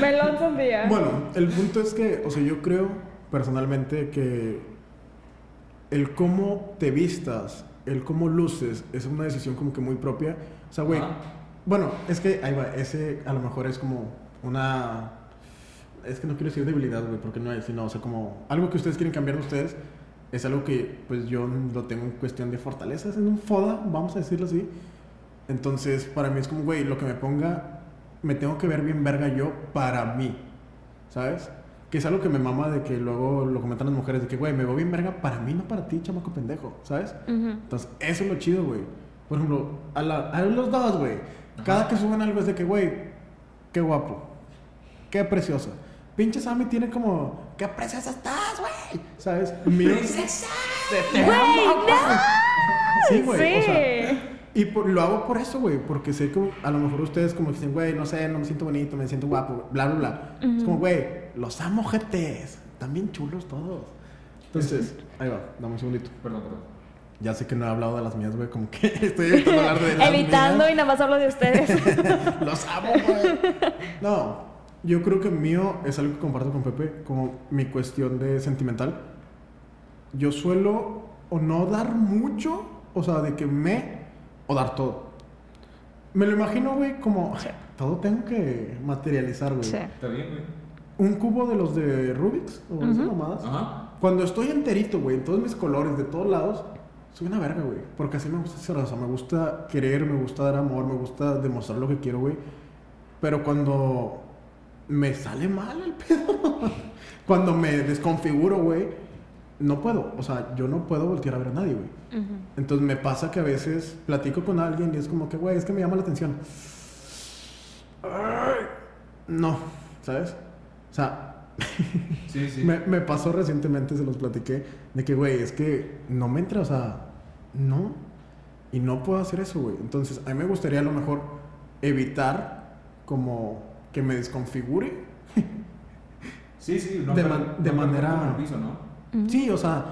S3: melón sandía.
S1: Bueno, el punto es que, o sea, yo creo personalmente que el cómo te vistas, el cómo luces, es una decisión como que muy propia. O sea, güey,
S2: Ajá.
S1: bueno, es que ahí va, ese a lo mejor es como una. Es que no quiero decir debilidad, güey, porque no es, sino, o sea, como algo que ustedes quieren cambiar de ustedes. Es algo que, pues, yo lo tengo en cuestión de fortalezas, en un foda, vamos a decirlo así. Entonces, para mí es como, güey, lo que me ponga, me tengo que ver bien verga yo para mí, ¿sabes? Que es algo que me mama de que luego lo comentan las mujeres, de que, güey, me veo bien verga para mí, no para ti, chamaco pendejo, ¿sabes?
S3: Ujú.
S1: Entonces, eso es lo chido, güey. Por ejemplo, a, la- a los dados, güey. Cada que suben algo es de que, güey, qué guapo, qué preciosa. Pinche Sammy tiene como, qué preciosa estás, güey. ¿Sabes? Mío.
S3: ¡Güey, no!
S1: Sí, güey, o sea, Y por- lo hago por eso, güey, porque sé que a lo mejor ustedes como que dicen, güey, no sé, no me siento bonito, me siento guapo, bla, bla, bla. Es como, güey, los amo, jetes. Están bien chulos todos. Entonces, ahí va, dame un segundito.
S2: Perdón, perdón.
S1: Ya sé que no he hablado de las mías, güey, como que estoy evitando hablar de las
S3: Evitando
S1: mías.
S3: y nada más hablo de ustedes.
S1: Los amo, güey. No, yo creo que mío es algo que comparto con Pepe, como mi cuestión de sentimental. Yo suelo o no dar mucho, o sea, de que me, o dar todo. Me lo imagino, güey, como todo tengo que materializar, güey.
S3: Sí.
S2: ¿Está bien, güey?
S1: Un cubo de los de Rubik's o esas mamadas.
S2: Ajá.
S1: Cuando estoy enterito, güey, en todos mis colores, de todos lados, soy una verga, güey. Porque así me gusta ser, o sea, me gusta querer, me gusta dar amor, me gusta demostrar lo que quiero, güey. Pero cuando me sale mal el pedo, cuando me desconfiguro, güey, no puedo. O sea, yo no puedo voltear a ver a nadie, güey. Entonces me pasa que a veces platico con alguien y es como que, güey, es que me llama la atención. Ay, No, ¿sabes? O sea,
S2: Sí, sí.
S1: me, me pasó recientemente, se los platiqué, de que, güey, es que no me entra, o sea, no. Y no puedo hacer eso, güey. Entonces, a mí me gustaría a lo mejor evitar como que me desconfigure.
S2: Sí, sí. No,
S1: De
S2: pero-
S1: man- de
S2: no, pero
S1: manera-
S2: como en el piso, ¿no?
S1: Sí, o sea,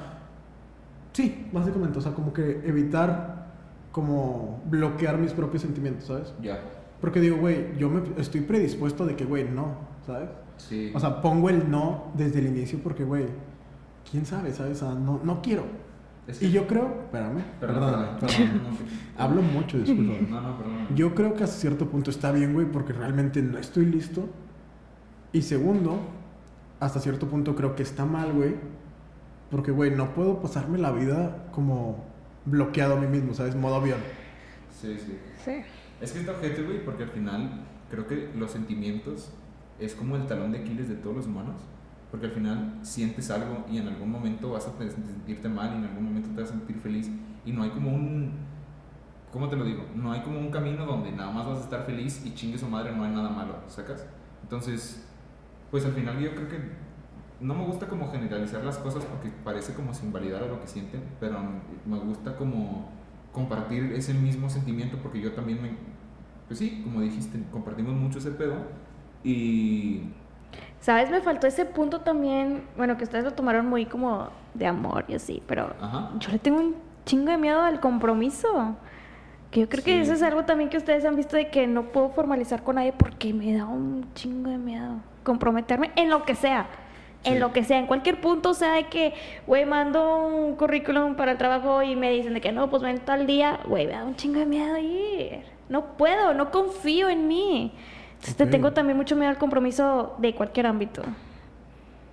S1: sí, básicamente, o sea, como que evitar como bloquear mis propios sentimientos, ¿sabes?
S2: Ya.
S1: Porque digo, güey, yo me estoy predispuesto de que, güey, no, ¿sabes?
S2: Sí.
S1: O sea, pongo el no desde el inicio porque, güey, quién sabe, ¿sabes? O sea, no, no quiero.
S2: Es que-
S1: Y yo creo, espérame,
S2: Perdón,
S1: perdóname,
S2: perdón.
S1: hablo mucho, disculpa.
S2: No, no, perdón.
S1: Yo creo que hasta cierto punto está bien, güey, porque realmente no estoy listo. Y segundo, hasta cierto punto creo que está mal, güey, porque, güey, no puedo pasarme la vida como bloqueado a mí mismo, ¿sabes? Modo avión.
S2: Sí, sí.
S3: Sí.
S2: Es que está objeto, güey, porque al final creo que los sentimientos es como el talón de Aquiles de todos los humanos. Porque al final sientes algo y en algún momento vas a te- sentirte mal y en algún momento te vas a sentir feliz. Y no hay como un. ¿Cómo te lo digo? No hay como un camino donde nada más vas a estar feliz y chingue su madre, no hay nada malo, ¿sacas? Entonces, pues al final yo creo que no me gusta como generalizar las cosas porque parece como sin validar a lo que sienten, pero me gusta como compartir ese mismo sentimiento porque yo también me... Pues sí, como dijiste, compartimos mucho ese pedo y...
S3: ¿Sabes? Me faltó ese punto también, bueno, que ustedes lo tomaron muy como de amor y así, pero
S2: Ajá.
S3: yo le tengo un chingo de miedo al compromiso. Que yo creo
S2: Sí.
S3: que eso es algo también que ustedes han visto de que no puedo formalizar con nadie porque me da un chingo de miedo comprometerme en lo que sea.
S2: Sí.
S3: En lo que sea, en cualquier punto, o sea, de que, güey, mando un currículum para el trabajo y me dicen de que no, pues ven tal día, güey, me da un chingo de miedo ir. No puedo, no confío en mí. Entonces te
S1: Ok.
S3: tengo también mucho miedo al compromiso de cualquier ámbito.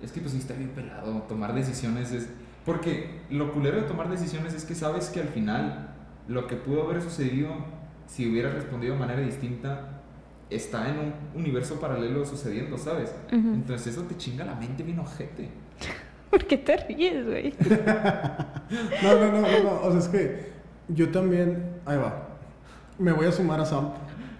S2: Es que pues sí está bien pelado, tomar decisiones es... Porque lo culero de tomar decisiones es que sabes que al final lo que pudo haber sucedido si hubieras respondido de manera distinta está en un universo paralelo sucediendo, ¿sabes?
S3: Ujú.
S2: Entonces eso te chinga la mente bien ojete.
S3: ¿Por qué te ríes, güey?
S1: No, no, no, no, no, o sea, es que yo también, ahí va, me voy a sumar a Sam.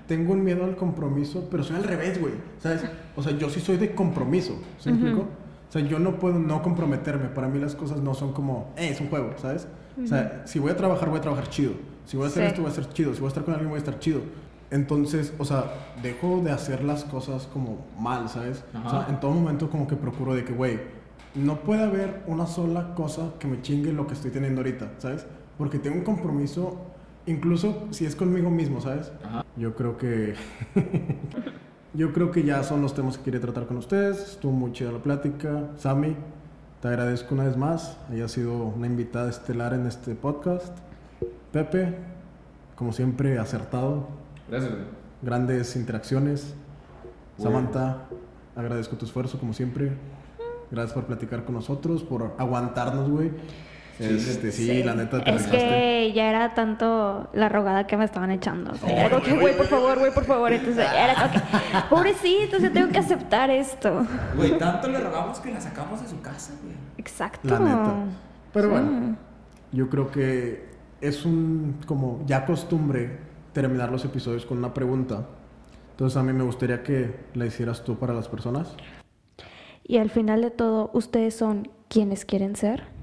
S1: Tengo un miedo al compromiso, pero soy al revés, güey, ¿sabes? O sea, yo sí soy de compromiso, ¿se me explico? O sea, yo no puedo no comprometerme, para mí las cosas no son como, eh, es un juego, ¿sabes? O sea, si voy a trabajar, voy a trabajar chido, si voy a hacer
S3: Sí.
S1: esto, voy a hacer chido, si voy a estar con alguien, voy a estar chido. Entonces, o sea, dejo de hacer las cosas como mal, ¿sabes? O sea,
S2: Ajá.
S1: en todo momento como que procuro de que, güey, no puede haber una sola cosa que me chingue lo que estoy teniendo ahorita, ¿sabes? Porque tengo un compromiso, incluso si es conmigo mismo, ¿sabes?
S2: Ajá.
S1: Yo creo que... Yo creo que ya son los temas que quería tratar con ustedes. Estuvo muy chida la plática. Sami, te agradezco una vez más. Hayas sido una invitada estelar en este podcast. Pepe, como siempre, acertado.
S2: Gracias, güey.
S1: Grandes interacciones.
S2: Bueno.
S1: Samantha, agradezco tu esfuerzo, como siempre. Gracias por platicar con nosotros, por aguantarnos, güey.
S2: Sí,
S1: Este, sí, la neta te
S3: Es
S1: rifaste.
S3: que ya era tanto la rogada que me estaban echando. Ah. O sea, era como que, Oh, güey, por favor, güey, por favor. Entonces, era como que, pobrecito, yo tengo que aceptar esto.
S2: Güey, tanto le rogamos que la sacamos de su casa, güey.
S3: Exacto.
S1: La neta. Pero
S3: Sí.
S1: bueno, yo creo que es un como ya costumbre terminar los episodios con una pregunta. Entonces a mí me gustaría que la hicieras tú para las personas.
S3: Y al final de todo, ustedes son quienes quieren ser.